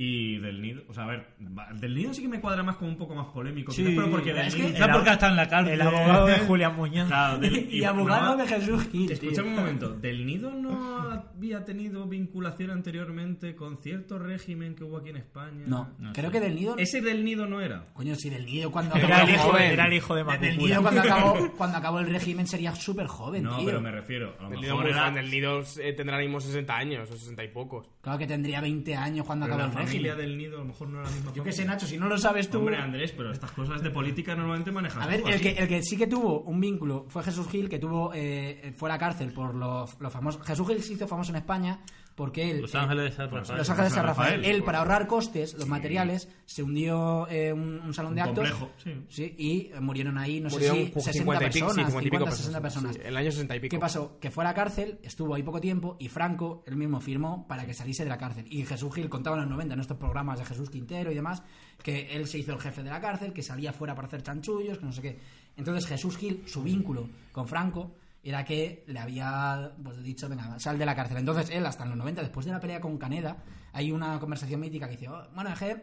Speaker 1: Y del nido, o sea, a ver, va- del nido sí que me cuadra más como un poco más polémico,
Speaker 4: Sí,
Speaker 1: quizás, pero porque del
Speaker 3: es
Speaker 1: nido...
Speaker 3: que-
Speaker 4: Quizá
Speaker 5: El
Speaker 4: porque
Speaker 5: ab-
Speaker 4: está en la cárcel.
Speaker 5: El abogado de Julián Muñoz.
Speaker 1: Claro, del-
Speaker 3: Y, abogado de Jesús Gil.
Speaker 1: Escuchame
Speaker 3: tío.
Speaker 1: un momento, ¿del Nido no había tenido vinculación anteriormente con cierto régimen que hubo aquí en España?
Speaker 3: No,
Speaker 4: No
Speaker 3: creo
Speaker 4: sé.
Speaker 3: que del nido.
Speaker 1: Ese del Nido no era.
Speaker 3: Coño, sí, del nido cuando
Speaker 5: Era el
Speaker 3: acabó-
Speaker 5: hijo,
Speaker 2: joven.
Speaker 5: era el hijo de
Speaker 3: Del
Speaker 5: Macucura.
Speaker 3: nido cuando acabó, cuando acabó el régimen sería súper joven,
Speaker 1: No,
Speaker 3: tío.
Speaker 1: pero me refiero, a lo
Speaker 2: El nido,
Speaker 1: mejor
Speaker 2: muy
Speaker 1: era
Speaker 2: joven, el nido, eh, tendrá ahora mismo 60 años o 60 y pocos.
Speaker 3: Claro que tendría 20 años cuando
Speaker 1: pero
Speaker 3: acabó
Speaker 1: la
Speaker 3: el
Speaker 1: familia
Speaker 3: régimen.
Speaker 1: del Nido a lo mejor no era la misma
Speaker 3: Yo qué sé,
Speaker 1: familia.
Speaker 3: Nacho, si no lo sabes tú.
Speaker 1: Hombre, Andrés, pero estas cosas de política normalmente manejan
Speaker 3: A ver,
Speaker 1: tú
Speaker 4: pues
Speaker 3: el
Speaker 1: así.
Speaker 3: que, el que sí que tuvo un vínculo fue Jesús Gil, que tuvo eh, fue a la cárcel por los, los famosos. Jesús Gil se hizo famoso en España porque él.
Speaker 4: Los
Speaker 3: eh,
Speaker 4: Ángeles de San Rafael.
Speaker 3: Los Ángeles de San Rafael.
Speaker 1: Rafael.
Speaker 3: Él, para ahorrar costes, los materiales, se hundió eh, un, un salón de
Speaker 1: Un
Speaker 3: actos.
Speaker 1: complejo, sí.
Speaker 3: y murieron ahí, no
Speaker 2: Murieron
Speaker 3: sé si,
Speaker 2: cu-
Speaker 3: 60
Speaker 2: y pico,
Speaker 3: personas,
Speaker 2: sí, 50 y pico
Speaker 3: 50, 60 personas.
Speaker 2: Sí, el año 60 y pico.
Speaker 3: ¿Qué pasó? Que fue a la cárcel, estuvo ahí poco tiempo y Franco, él mismo, firmó para que saliese de la cárcel. Y Jesús Gil contaba en los 90, en estos programas de Jesús Quintero y demás, que él se hizo el jefe de la cárcel, que salía fuera para hacer chanchullos, que no sé qué. Entonces Jesús Gil, su vínculo con Franco era que le había pues, dicho, venga, sal de la cárcel. Entonces él, hasta en los 90, después de la pelea con Caneda, hay una conversación mítica que dice, "Oh, bueno, es que,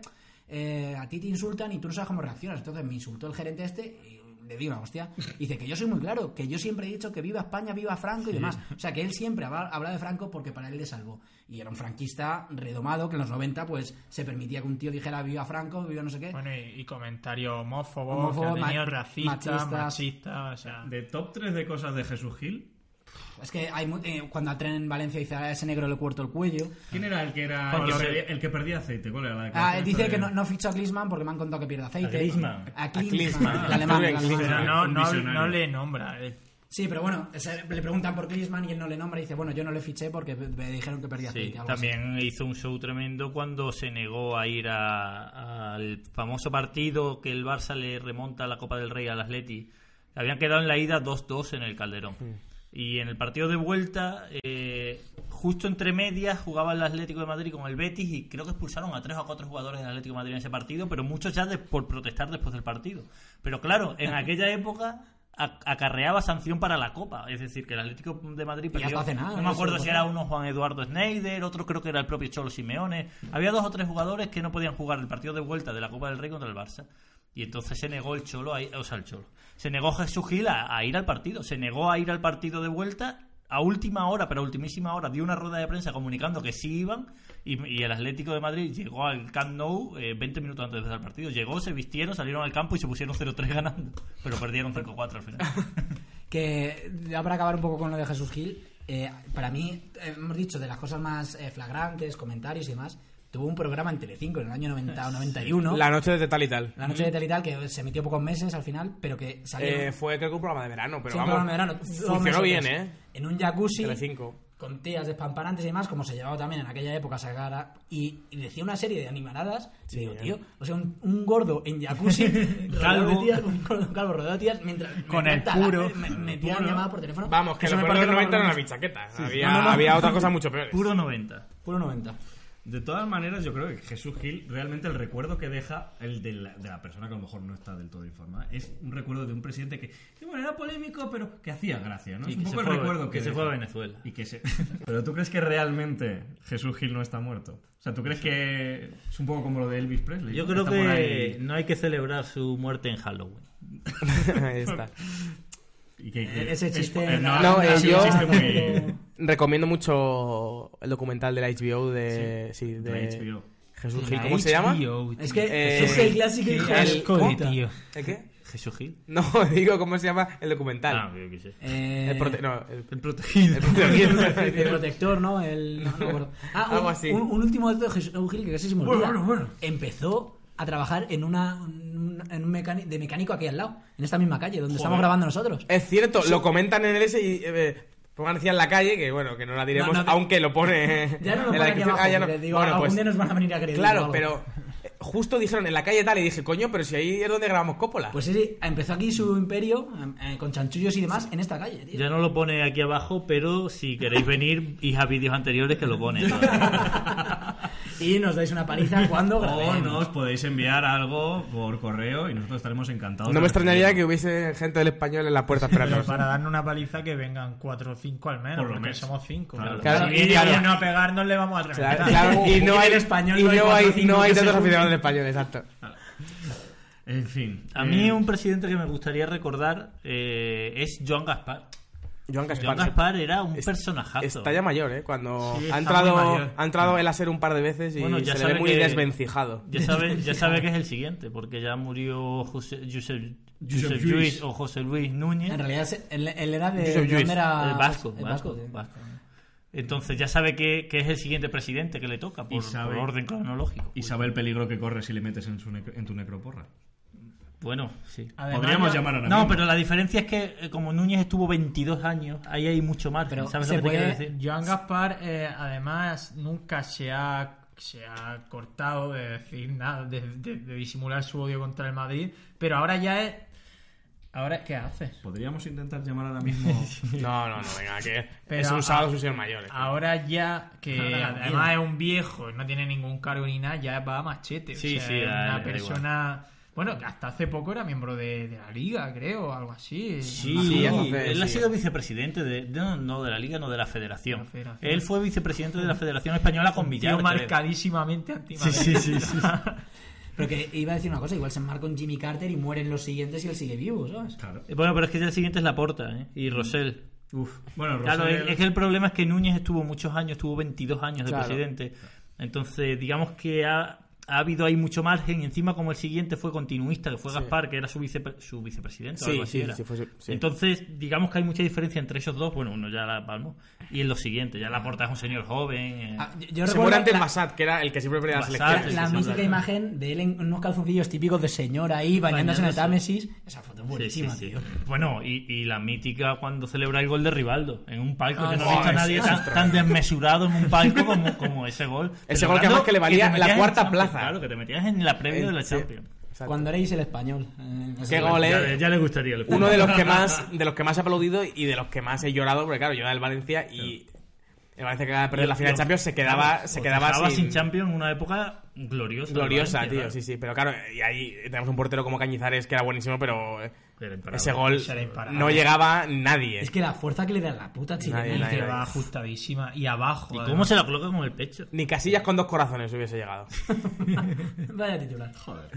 Speaker 3: eh, a ti te insultan y tú no sabes cómo reaccionas. Entonces me insultó el gerente este y le di una hostia. Dice que yo soy muy claro, que yo siempre he dicho que viva España, viva Franco y demás. O sea, que él siempre habla, habla de Franco porque para él le salvó. Y era un franquista redomado que en los 90 pues se permitía que un tío dijera viva Franco, viva no sé qué.
Speaker 5: Bueno, y, y comentarios homófobos,
Speaker 3: Homófobos,
Speaker 5: que ha tenido
Speaker 3: ma-
Speaker 5: racistas,
Speaker 3: machistas.
Speaker 5: machistas, o sea...
Speaker 1: De top 3 de cosas de Jesús Gil,
Speaker 3: Es que hay mu- eh, cuando al tren en Valencia dice a ese negro le cuarto el cuello.
Speaker 1: ¿quién era el que era el,
Speaker 5: Bueno,
Speaker 1: que
Speaker 5: lo que-
Speaker 1: perdía, el que perdía aceite? ¿Cuál era la
Speaker 3: Ah,
Speaker 1: declaración
Speaker 3: dice
Speaker 1: esta
Speaker 3: que
Speaker 1: de-
Speaker 3: no, no fichó a Klinsmann porque me han contado que pierde aceite.
Speaker 4: A Klinsmann.
Speaker 3: A
Speaker 2: Klinsmann.
Speaker 3: Klinsmann, el alemán, el alemán.
Speaker 5: Pero no,
Speaker 1: Un
Speaker 5: no,
Speaker 1: visionario.
Speaker 5: no le nombra. eh.
Speaker 3: Sí, pero bueno, se- le preguntan por Klinsmann y él no le nombra y dice, bueno, yo no le fiché porque me- me dijeron que perdía aceite.
Speaker 4: Sí,
Speaker 3: algo así.
Speaker 4: también hizo un show tremendo cuando se negó a ir a- al famoso partido que el Barça le remonta a la Copa del Rey al Atleti. Habían quedado en la ida 2-2 en el Calderón. Y en el partido de vuelta, eh, justo entre medias, jugaba el Atlético de Madrid con el Betis y creo que expulsaron a tres o a cuatro jugadores del Atlético de Madrid en ese partido, pero muchos ya de- por protestar después del partido. Pero claro, en aquella época a- acarreaba sanción para la Copa. Es decir, que el Atlético de Madrid
Speaker 3: Y hasta
Speaker 4: perdió-
Speaker 3: hace nada,
Speaker 4: no me
Speaker 3: eso
Speaker 4: acuerdo
Speaker 3: lo
Speaker 4: si era
Speaker 3: pasó.
Speaker 4: uno Juan Eduardo Schneider, otro creo que era el propio Cholo Simeone. Había dos o tres jugadores que no podían jugar el partido de vuelta de la Copa del Rey contra el Barça. Y entonces se negó el Cholo, a ir- o sea, el Cholo. Se negó Jesús Gil a, a ir al partido. Se negó a ir al partido de vuelta a última hora, pero a ultimísima hora, dio una rueda de prensa comunicando que sí iban. Y, y el Atlético de Madrid llegó al Camp Nou eh, 20 minutos antes de empezar el partido. Llegó, se vistieron, salieron al campo y se pusieron 0-3 ganando. Pero perdieron 5-4 al final.
Speaker 3: Que ya para acabar un poco con lo de Jesús Gil, eh, para mí, eh, hemos dicho de las cosas más eh, flagrantes, comentarios y demás, tuvo un programa en Telecinco en el año 90 o 91.
Speaker 2: La
Speaker 3: La,
Speaker 2: noche de tal y tal.
Speaker 3: noche de tal y tal, que se emitió pocos meses al final, pero que salió.
Speaker 2: Eh, fue creo que un programa de verano, pero
Speaker 3: sí, un
Speaker 2: vamos,
Speaker 3: programa de verano, dos
Speaker 2: funcionó
Speaker 3: meses,
Speaker 2: bien,
Speaker 3: tres,
Speaker 2: ¿eh?
Speaker 3: En un jacuzzi.
Speaker 2: Telecinco.
Speaker 3: con tías despampanantes y demás, como se llevaba también en aquella época Sagara, y, y decía una serie de animaladas, y digo, tío, o sea, un, un gordo en jacuzzi, calvo, de
Speaker 5: Calvo.
Speaker 3: tías, un gordo calvo rodeado de tías, mientras...
Speaker 5: Con
Speaker 3: mientras
Speaker 5: el
Speaker 3: tala-
Speaker 5: puro.
Speaker 3: Me, metían llamadas por teléfono.
Speaker 2: Vamos, que
Speaker 3: Eso
Speaker 2: los
Speaker 3: me
Speaker 2: de los
Speaker 3: parece lo más
Speaker 2: 90 no eran
Speaker 3: vergonzoso.
Speaker 2: mis chaquetas. había,
Speaker 3: No, no, no.
Speaker 2: había otras cosas mucho peores.
Speaker 4: Puro 90.
Speaker 3: Puro 90.
Speaker 1: De todas maneras, yo creo que Jesús Gil, realmente el recuerdo que deja, el de la, de la persona que a lo mejor no está del todo informada, es un recuerdo de un presidente que, que, bueno, era polémico, pero que hacía gracia, ¿no?
Speaker 4: Y
Speaker 1: Es
Speaker 4: que
Speaker 1: un
Speaker 4: se
Speaker 1: poco el
Speaker 4: fue a-
Speaker 1: recuerdo que,
Speaker 4: que se
Speaker 1: deja.
Speaker 4: fue a Venezuela.
Speaker 1: Y que se... pero tú crees que realmente Jesús Gil no está muerto. O sea, tú crees que es un poco como lo de Elvis Presley.
Speaker 4: Yo
Speaker 1: ¿no?
Speaker 4: creo
Speaker 1: Está por
Speaker 4: que
Speaker 1: ahí
Speaker 4: no hay que celebrar su muerte en Halloween.
Speaker 2: Ahí está.
Speaker 1: y que- que-
Speaker 3: E-, Ese
Speaker 1: es-
Speaker 3: chiste...
Speaker 1: eh, no,
Speaker 2: No,
Speaker 1: ha
Speaker 2: eh,
Speaker 1: sido
Speaker 2: yo-
Speaker 1: un chiste muy-
Speaker 2: Recomiendo mucho el documental de la HBO de, sí. de,
Speaker 1: de HBO.
Speaker 2: Jesús Gil. ¿Cómo se llama?
Speaker 3: Es que
Speaker 2: Eh,
Speaker 3: es el clásico
Speaker 5: Qué
Speaker 3: hijo de
Speaker 5: asco de
Speaker 3: puta.
Speaker 5: tío.
Speaker 2: ¿El qué?
Speaker 4: Jesús Gil.
Speaker 2: No, digo, ¿cómo se llama el documental?
Speaker 4: Ah, yo qué sé.
Speaker 3: Eh,
Speaker 2: el prote- no, el,
Speaker 1: El protegido.
Speaker 2: el protegido.
Speaker 3: el protector, ¿no? El, no, no me acuerdo. Ah, un,
Speaker 2: Algo así.
Speaker 3: Un, un último dato de Jesús Gil que casi se me olvida.
Speaker 1: Bueno, bueno, bueno.
Speaker 3: Empezó a trabajar en una un- en un mecánico, de mecánico aquí al lado, en esta misma calle donde estamos grabando nosotros.
Speaker 2: Es cierto, lo comentan en el S y eh, pongan decía en la calle, que bueno, que no la diremos,
Speaker 3: No, no,
Speaker 2: aunque lo pone
Speaker 3: Ya no lo
Speaker 2: en la
Speaker 3: ponen aquí
Speaker 2: descripción.
Speaker 3: abajo,
Speaker 2: Ah, ya no.
Speaker 3: les digo,
Speaker 2: Bueno,
Speaker 3: algún
Speaker 2: pues,
Speaker 3: día nos van a venir a agredir. o
Speaker 2: Claro,
Speaker 3: algo.
Speaker 2: pero eh, justo dijeron en la calle tal y dije, coño, pero si ahí es donde grabamos Coppola.
Speaker 3: Pues sí, sí, empezó aquí su imperio eh, con chanchullos y demás en esta calle, tío.
Speaker 4: Ya no lo pone aquí abajo, pero si queréis venir, id a vídeos anteriores que lo pone.
Speaker 3: y y nos dais una paliza
Speaker 2: Oh,
Speaker 3: cuando
Speaker 1: O
Speaker 3: grabemos.
Speaker 1: nos podéis enviar algo por correo y nosotros estaremos encantados.
Speaker 2: No
Speaker 1: de
Speaker 2: me extrañaría que
Speaker 1: recibirlo.
Speaker 2: hubiese gente del español en la puerta
Speaker 4: Pero
Speaker 2: esperándonos.
Speaker 4: para darnos una paliza que vengan cuatro o cinco al menos,
Speaker 1: Por lo
Speaker 4: porque
Speaker 1: menos.
Speaker 4: somos cinco.
Speaker 1: Claro.
Speaker 2: Claro,
Speaker 4: si
Speaker 2: y
Speaker 4: viene
Speaker 2: claro.
Speaker 4: alguno a pegarnos, le vamos a
Speaker 2: Claro,
Speaker 4: reventar.
Speaker 2: claro, y no
Speaker 3: Como
Speaker 2: hay,
Speaker 3: el español
Speaker 2: y
Speaker 3: no hay
Speaker 2: no
Speaker 3: cuatro o
Speaker 2: hay,
Speaker 3: cinco
Speaker 2: no hay
Speaker 3: que
Speaker 2: tantos
Speaker 3: se
Speaker 2: aficionados del español, exacto.
Speaker 1: En fin.
Speaker 4: A
Speaker 1: eh,
Speaker 4: mí un presidente que me gustaría recordar eh, es Joan Gaspar.
Speaker 2: Joan Gaspar.
Speaker 4: Joan Gaspar era un
Speaker 2: Es-
Speaker 4: personajazo.
Speaker 2: Está ya mayor, ¿eh? Cuando ha,
Speaker 4: Sí, está
Speaker 2: entrado,
Speaker 4: muy mayor.
Speaker 2: ha entrado él a ser un par de veces y
Speaker 4: Bueno, ya
Speaker 2: se le
Speaker 4: sabe
Speaker 2: ve muy
Speaker 4: que-
Speaker 2: desvencijado.
Speaker 4: Ya sabe, ya sabe que es el siguiente, porque ya murió José, Josep,
Speaker 1: Josep
Speaker 4: Josep
Speaker 1: Lluís.
Speaker 4: Lluís o José Luis Núñez.
Speaker 3: En realidad, se- él, él era de.
Speaker 2: Josep
Speaker 3: ¿de
Speaker 2: Lluís,
Speaker 3: dónde era?
Speaker 4: el vasco,
Speaker 3: El
Speaker 4: vasco,
Speaker 3: vasco, sí.
Speaker 4: vasco. Entonces ya sabe que, que es el siguiente presidente que le toca por,
Speaker 1: Y sabe-
Speaker 4: por orden cronológico.
Speaker 1: Y sabe el peligro que corre si le metes en, su necro- en tu necroporra.
Speaker 4: Bueno, sí.
Speaker 5: Además,
Speaker 1: Podríamos
Speaker 5: yo-
Speaker 1: llamar ahora
Speaker 4: No,
Speaker 1: mismo.
Speaker 4: pero la diferencia es que eh, como Núñez estuvo 22 años, ahí hay mucho margen.
Speaker 3: Pero
Speaker 4: ¿Sabes
Speaker 3: se
Speaker 4: lo que te quiero
Speaker 3: puede-
Speaker 4: decir?
Speaker 5: Joan Gaspar, eh, además, nunca se ha, se ha cortado de decir nada, de, de- de disimular su odio contra el Madrid, pero ahora ya es... ¿Ahora qué haces?
Speaker 1: Podríamos intentar llamar ahora mismo.
Speaker 2: No, no, no, venga, que
Speaker 5: Pero
Speaker 2: es
Speaker 5: a-
Speaker 2: un sábado, es un señor mayor. eh.
Speaker 5: Ahora ya, que
Speaker 4: Ahora la
Speaker 5: además
Speaker 4: mía.
Speaker 5: es un viejo, no tiene ningún cargo ni nada, ya va a machete.
Speaker 4: Sí,
Speaker 5: o sea,
Speaker 4: sí,
Speaker 5: es
Speaker 4: da- da
Speaker 5: una
Speaker 4: igual.
Speaker 5: persona... Bueno, hasta hace poco era miembro de, de la liga, creo, o algo así.
Speaker 4: Sí,
Speaker 2: Sí, entonces,
Speaker 4: él ha
Speaker 2: sí.
Speaker 4: sido vicepresidente de, de- no, no de la Liga, no de la Federación.
Speaker 5: La Federación.
Speaker 4: Él fue vicepresidente de la Federación Española con
Speaker 5: Un tío
Speaker 4: Villar. creo.
Speaker 5: marcadísimamente anti
Speaker 4: sí, sí.
Speaker 3: Pero que iba a decir una cosa: igual se enmarca con Jimmy Carter y mueren los siguientes y él sigue vivo, ¿sabes?
Speaker 1: Claro.
Speaker 4: Bueno, pero es que ya el siguiente es Laporta ¿eh?
Speaker 2: Mm.
Speaker 4: y Rosell.
Speaker 1: Uf. Bueno,
Speaker 4: Claro,
Speaker 1: Rosell-
Speaker 4: es, es que el problema es que Núñez estuvo muchos años, estuvo 22 años de
Speaker 2: Claro.
Speaker 4: presidente. Entonces, digamos que ha, ha habido ahí mucho margen. Y encima, como el siguiente fue continuista, que fue Gaspar, que era su, vicepre- su vicepresidente. o
Speaker 2: Sí,
Speaker 4: algo así
Speaker 2: sí,
Speaker 4: era.
Speaker 2: sí, fue su- sí.
Speaker 4: Entonces, digamos que hay mucha diferencia entre esos dos. Bueno, uno ya la palmo. Y en lo siguiente, ya Laporta es un señor joven. eh.
Speaker 3: Ah, yo- yo
Speaker 2: Se
Speaker 3: recuerdo
Speaker 2: muere antes
Speaker 3: la-
Speaker 2: Massad, que era el que siempre perdía las
Speaker 4: Massad,
Speaker 2: elecciones.
Speaker 4: sí,
Speaker 3: La
Speaker 4: sí,
Speaker 3: mítica
Speaker 4: claro.
Speaker 3: imagen de él en unos calzoncillos típicos de señora ahí bañándose en el
Speaker 4: Bañándose.
Speaker 3: Támesis. Esa foto es buenísima,
Speaker 4: Sí, sí,
Speaker 3: tío.
Speaker 4: sí. Bueno, y, y la mítica cuando celebra el gol de Rivaldo en un palco
Speaker 5: Ah,
Speaker 4: que no
Speaker 5: sí.
Speaker 4: ha visto a
Speaker 2: Ay,
Speaker 4: nadie
Speaker 2: sí,
Speaker 4: tan,
Speaker 2: ostras.
Speaker 4: tan desmesurado en un palco como, como ese gol.
Speaker 2: Ese gol que
Speaker 4: Celebrando
Speaker 2: además que le valía
Speaker 4: te metías
Speaker 2: la
Speaker 4: en
Speaker 2: cuarta
Speaker 4: Champions,
Speaker 2: plaza. Eh,
Speaker 4: Claro, que te metías en la previa de la
Speaker 2: Sí,
Speaker 4: Champions.
Speaker 2: exacto.
Speaker 3: Cuando erais el español. eh, ese
Speaker 2: Qué
Speaker 3: gol.
Speaker 2: gol, eh.
Speaker 4: Ya, ya le gustaría. el
Speaker 2: Uno de los que más de los que más he aplaudido y de los que más he llorado, porque claro, yo era del Valencia y el Valencia que acaba de perder la final de Champions se quedaba, se
Speaker 4: Os
Speaker 2: quedaba
Speaker 4: dejaba
Speaker 2: sin,
Speaker 4: Champions en una época gloriosa.
Speaker 2: gloriosa,
Speaker 4: Valencia,
Speaker 2: tío.
Speaker 4: claro.
Speaker 2: Sí, sí, pero claro, y ahí tenemos un portero como Cañizares que era buenísimo, pero eh,
Speaker 4: Era imparable.
Speaker 2: ese gol
Speaker 5: Será imparable.
Speaker 2: no llegaba nadie.
Speaker 3: Es que la fuerza que le da la puta
Speaker 2: Nadie,
Speaker 3: chilena.
Speaker 2: nadie,
Speaker 5: que
Speaker 3: tío.
Speaker 5: va ajustadísima y abajo.
Speaker 4: ¿Y
Speaker 5: además.
Speaker 4: cómo se la coloca con el pecho?
Speaker 2: Ni Casillas con dos corazones hubiese llegado.
Speaker 3: Vaya titular. Joder.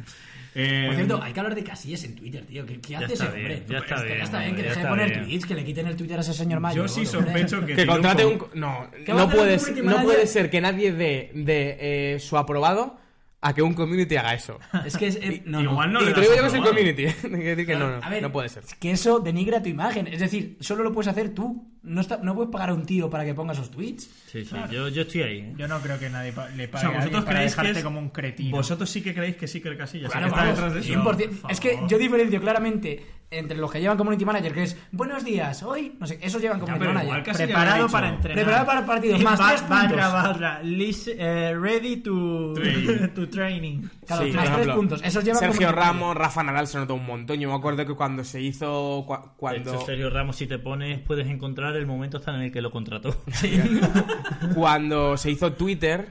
Speaker 1: Eh,
Speaker 3: Por cierto, hay que hablar de Casillas en Twitter, tío. ¿Qué, qué hace
Speaker 4: está
Speaker 3: ese
Speaker 4: bien,
Speaker 3: hombre?
Speaker 4: ya está
Speaker 3: Es que
Speaker 4: bien,
Speaker 3: Ya está bien, que
Speaker 4: hombre,
Speaker 3: deje
Speaker 4: ya
Speaker 3: de
Speaker 4: está
Speaker 3: poner
Speaker 4: bien.
Speaker 3: tweets, que le quiten el Twitter a ese señor mayor.
Speaker 1: yo sí
Speaker 3: hombre.
Speaker 1: sospecho que.
Speaker 2: Que
Speaker 1: tiene
Speaker 2: contrate
Speaker 1: co-
Speaker 2: un... co- No,
Speaker 3: Que
Speaker 2: no
Speaker 3: contrate un
Speaker 2: puede,
Speaker 3: community
Speaker 2: no puede
Speaker 3: manager.
Speaker 2: ser que nadie dé de eh, su aprobado a que un community haga eso.
Speaker 3: Es que es. eh, no,
Speaker 1: Igual no
Speaker 2: y
Speaker 1: le
Speaker 2: te
Speaker 1: das
Speaker 2: digo yo que soy
Speaker 1: aprobado.
Speaker 2: community. eh. Tengo que decir que no, no,
Speaker 3: A ver,
Speaker 2: no puede ser.
Speaker 3: es Que eso denigra tu imagen. Es decir, solo lo puedes hacer tú. No, está- no puedes pagar a un tío para que ponga esos tweets.
Speaker 4: Sí, sí, yo, yo estoy ahí. ¿eh?
Speaker 5: Yo no creo que nadie pa- le
Speaker 1: O
Speaker 5: pague
Speaker 1: sea,
Speaker 5: a alguien
Speaker 1: vosotros
Speaker 5: para
Speaker 1: creéis que.
Speaker 5: dejarte
Speaker 1: es-
Speaker 5: como un cretino.
Speaker 1: Vosotros sí que creéis que sí que el Casillas
Speaker 3: Claro,
Speaker 1: Pues está
Speaker 3: vamos,
Speaker 1: detrás de eso.
Speaker 3: 100%.
Speaker 5: Por
Speaker 3: Es que
Speaker 5: favor.
Speaker 3: yo diferencio claramente entre los que llevan community manager, que es buenos días, hoy, no sé, esos llevan
Speaker 1: Ya,
Speaker 3: community
Speaker 1: pero igual
Speaker 3: manager.
Speaker 1: Casillas
Speaker 5: Preparado
Speaker 1: ha dicho-
Speaker 5: para entrenar.
Speaker 3: Preparado para el partido,
Speaker 5: Y
Speaker 3: más
Speaker 5: ba-
Speaker 3: tres puntos.
Speaker 5: Barra, barra. Lis- eh, ready to
Speaker 1: Training.
Speaker 5: to training.
Speaker 3: Claro,
Speaker 2: Sí,
Speaker 3: más
Speaker 2: por
Speaker 3: tres
Speaker 2: ejemplo,
Speaker 3: puntos. Esos llevan
Speaker 2: Sergio
Speaker 3: community manager.
Speaker 2: Ramos, Rafa Nadal se notó un montón. Yo me acuerdo que cuando se hizo. cua-
Speaker 4: De hecho,
Speaker 2: Cuando,
Speaker 4: Sergio Ramos, si te pones, puedes encontrar el momento hasta en el que lo contrató.
Speaker 2: cuando se hizo Twitter,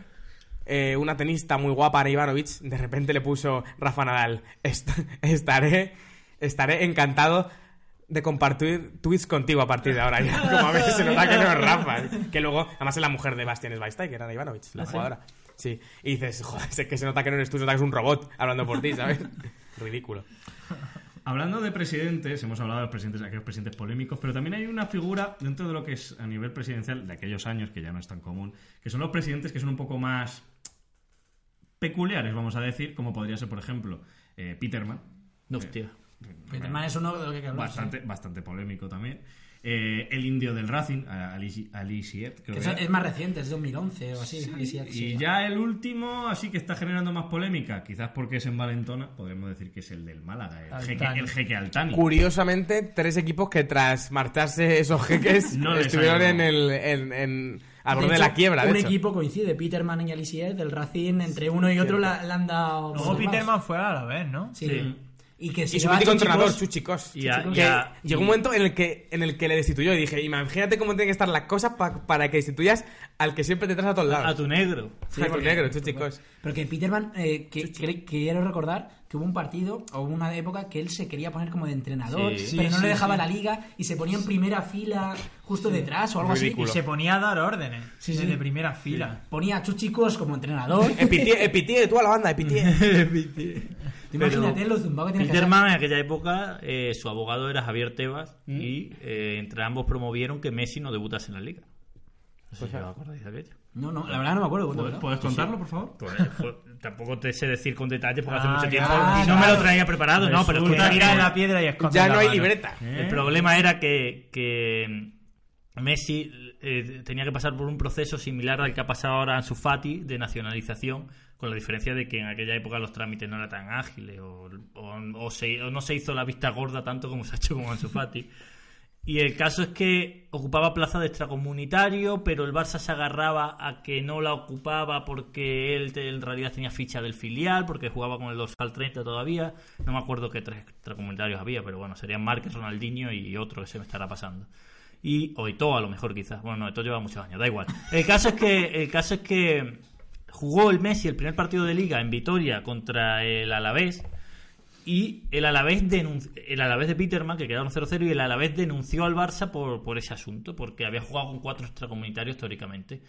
Speaker 2: eh, una tenista muy guapa, Ana Ivanovic, de repente le puso Rafa Nadal. "Est- estaré, estaré encantado de compartir tweets contigo a partir de ahora. Ya, como a veces se nota que no es Rafa. ¿eh? Que luego, además es la mujer de Bastian Schweinsteiger, Ana Ivanovic,
Speaker 3: Ah,
Speaker 2: la jugadora. Sí. Y dices, joder, sé que se nota que no eres tú, se nota que es un robot hablando por ti, ¿sabes? Ridículo.
Speaker 1: Hablando de presidentes, hemos hablado de los presidentes, aquellos presidentes polémicos, pero también hay una figura dentro de lo que es a nivel presidencial de aquellos años, que ya no es tan común, que son los presidentes que son un poco más peculiares, vamos a decir, como podría ser, por ejemplo, eh, Peterman.
Speaker 4: No, hostia.
Speaker 3: Peterman es uno de los que hay que hablar,
Speaker 1: Bastante, bastante polémico también. Eh, el indio del Racing, a- Ali, Ali Siet,
Speaker 3: sí.
Speaker 1: creo
Speaker 3: Que
Speaker 1: que
Speaker 3: eso
Speaker 1: era.
Speaker 3: es más reciente, es 2011 o así. sí, sí, sí.
Speaker 1: Y ya el último, así que está generando más polémica, quizás porque es en Valentona, podríamos decir que es el del Málaga, el,
Speaker 5: Altani.
Speaker 1: jeque, el jeque Altani.
Speaker 2: Curiosamente, tres equipos que tras marcharse esos jeques
Speaker 1: No les
Speaker 2: estuvieron
Speaker 1: ha ido.
Speaker 2: en el, en, en- al
Speaker 3: De
Speaker 2: borde de
Speaker 3: hecho,
Speaker 2: la quiebra, de
Speaker 3: Un
Speaker 2: hecho.
Speaker 3: equipo coincide, Peterman y Alisier, del Racing, entre uno y otro la- le han dado.
Speaker 5: Luego
Speaker 3: puntos más.
Speaker 5: Peterman fue a la vez, ¿no?
Speaker 3: Sí. Y que si
Speaker 2: Y su
Speaker 3: va a
Speaker 2: mítico
Speaker 3: Chuchi
Speaker 2: entrenador,
Speaker 3: Cos-
Speaker 2: Chuchicos.
Speaker 4: Y a-
Speaker 2: que
Speaker 4: y a-
Speaker 2: Llegó un momento en el, que, en el que le destituyó y dije, imagínate cómo tienen que estar las cosas pa- para que destituyas al que siempre te traes a todos lados.
Speaker 4: A tu negro.
Speaker 2: Sí, a tu negro, Chuchicos.
Speaker 3: Pero que Peterman, eh, que, cre- quiero recordar que hubo un partido o hubo una época que él se quería poner como de entrenador,
Speaker 4: Sí.
Speaker 3: pero
Speaker 5: Sí,
Speaker 3: no
Speaker 5: sí,
Speaker 3: le dejaba
Speaker 5: sí.
Speaker 3: la liga y se ponía en primera fila justo detrás o algo
Speaker 2: Ridículo.
Speaker 5: Y se ponía a dar órdenes
Speaker 3: Sí, sí.
Speaker 5: desde primera fila.
Speaker 3: así. Ponía a Chuchicos como entrenador.
Speaker 2: Epitie, epitie, tú a la banda, epitie.
Speaker 3: Tú imagínate
Speaker 4: Pero
Speaker 3: lo zumbado que tiene que ser.
Speaker 4: Peterman en aquella época, eh, su abogado era Javier Tebas y eh, entre ambos promovieron que Messi no debutase en la liga. No sé si os acordáis de aquello.
Speaker 3: No, no, la verdad no me acuerdo.
Speaker 5: Pues,
Speaker 3: cuéntame,
Speaker 1: ¿Puedes, puedes
Speaker 3: ¿no?
Speaker 1: contarlo, por favor?
Speaker 4: Pues, fue- tampoco te sé decir con detalles porque hace
Speaker 5: Ah,
Speaker 4: mucho tiempo
Speaker 3: claro,
Speaker 4: y no me lo
Speaker 3: claro.
Speaker 4: traía preparado, no, pero
Speaker 5: Resulta
Speaker 4: escucha,
Speaker 5: tira
Speaker 4: que-
Speaker 5: la piedra y esconde
Speaker 2: ya
Speaker 5: la
Speaker 2: no hay
Speaker 5: mano.
Speaker 2: libreta.
Speaker 4: El problema era que, que Messi eh, tenía que pasar por un proceso similar al que ha pasado ahora Ansu Fati de nacionalización, con la diferencia de que en aquella época los trámites no eran tan ágiles o, o- o se- o no se hizo la vista gorda tanto como se ha hecho con Ansu Fati. Y el caso es que ocupaba plaza de extracomunitario, pero el Barça se agarraba a que no la ocupaba porque él te- en realidad tenía ficha del filial, porque jugaba con el 2 al 30 todavía. No me acuerdo qué tres extracomunitarios había, pero bueno, serían Márquez, Ronaldinho y otro que se me estará pasando. Y o Eto'o a lo mejor quizás. Bueno, no, Eto'o lleva muchos años, da igual. El caso es que el caso es que jugó el Messi el primer partido de liga en Vitoria contra el Alavés y el Alavés, denun- el Alavés de Peterman, que quedaron 0-0, y el Alavés denunció al Barça por, por ese asunto, porque había jugado con cuatro extracomunitarios teóricamente.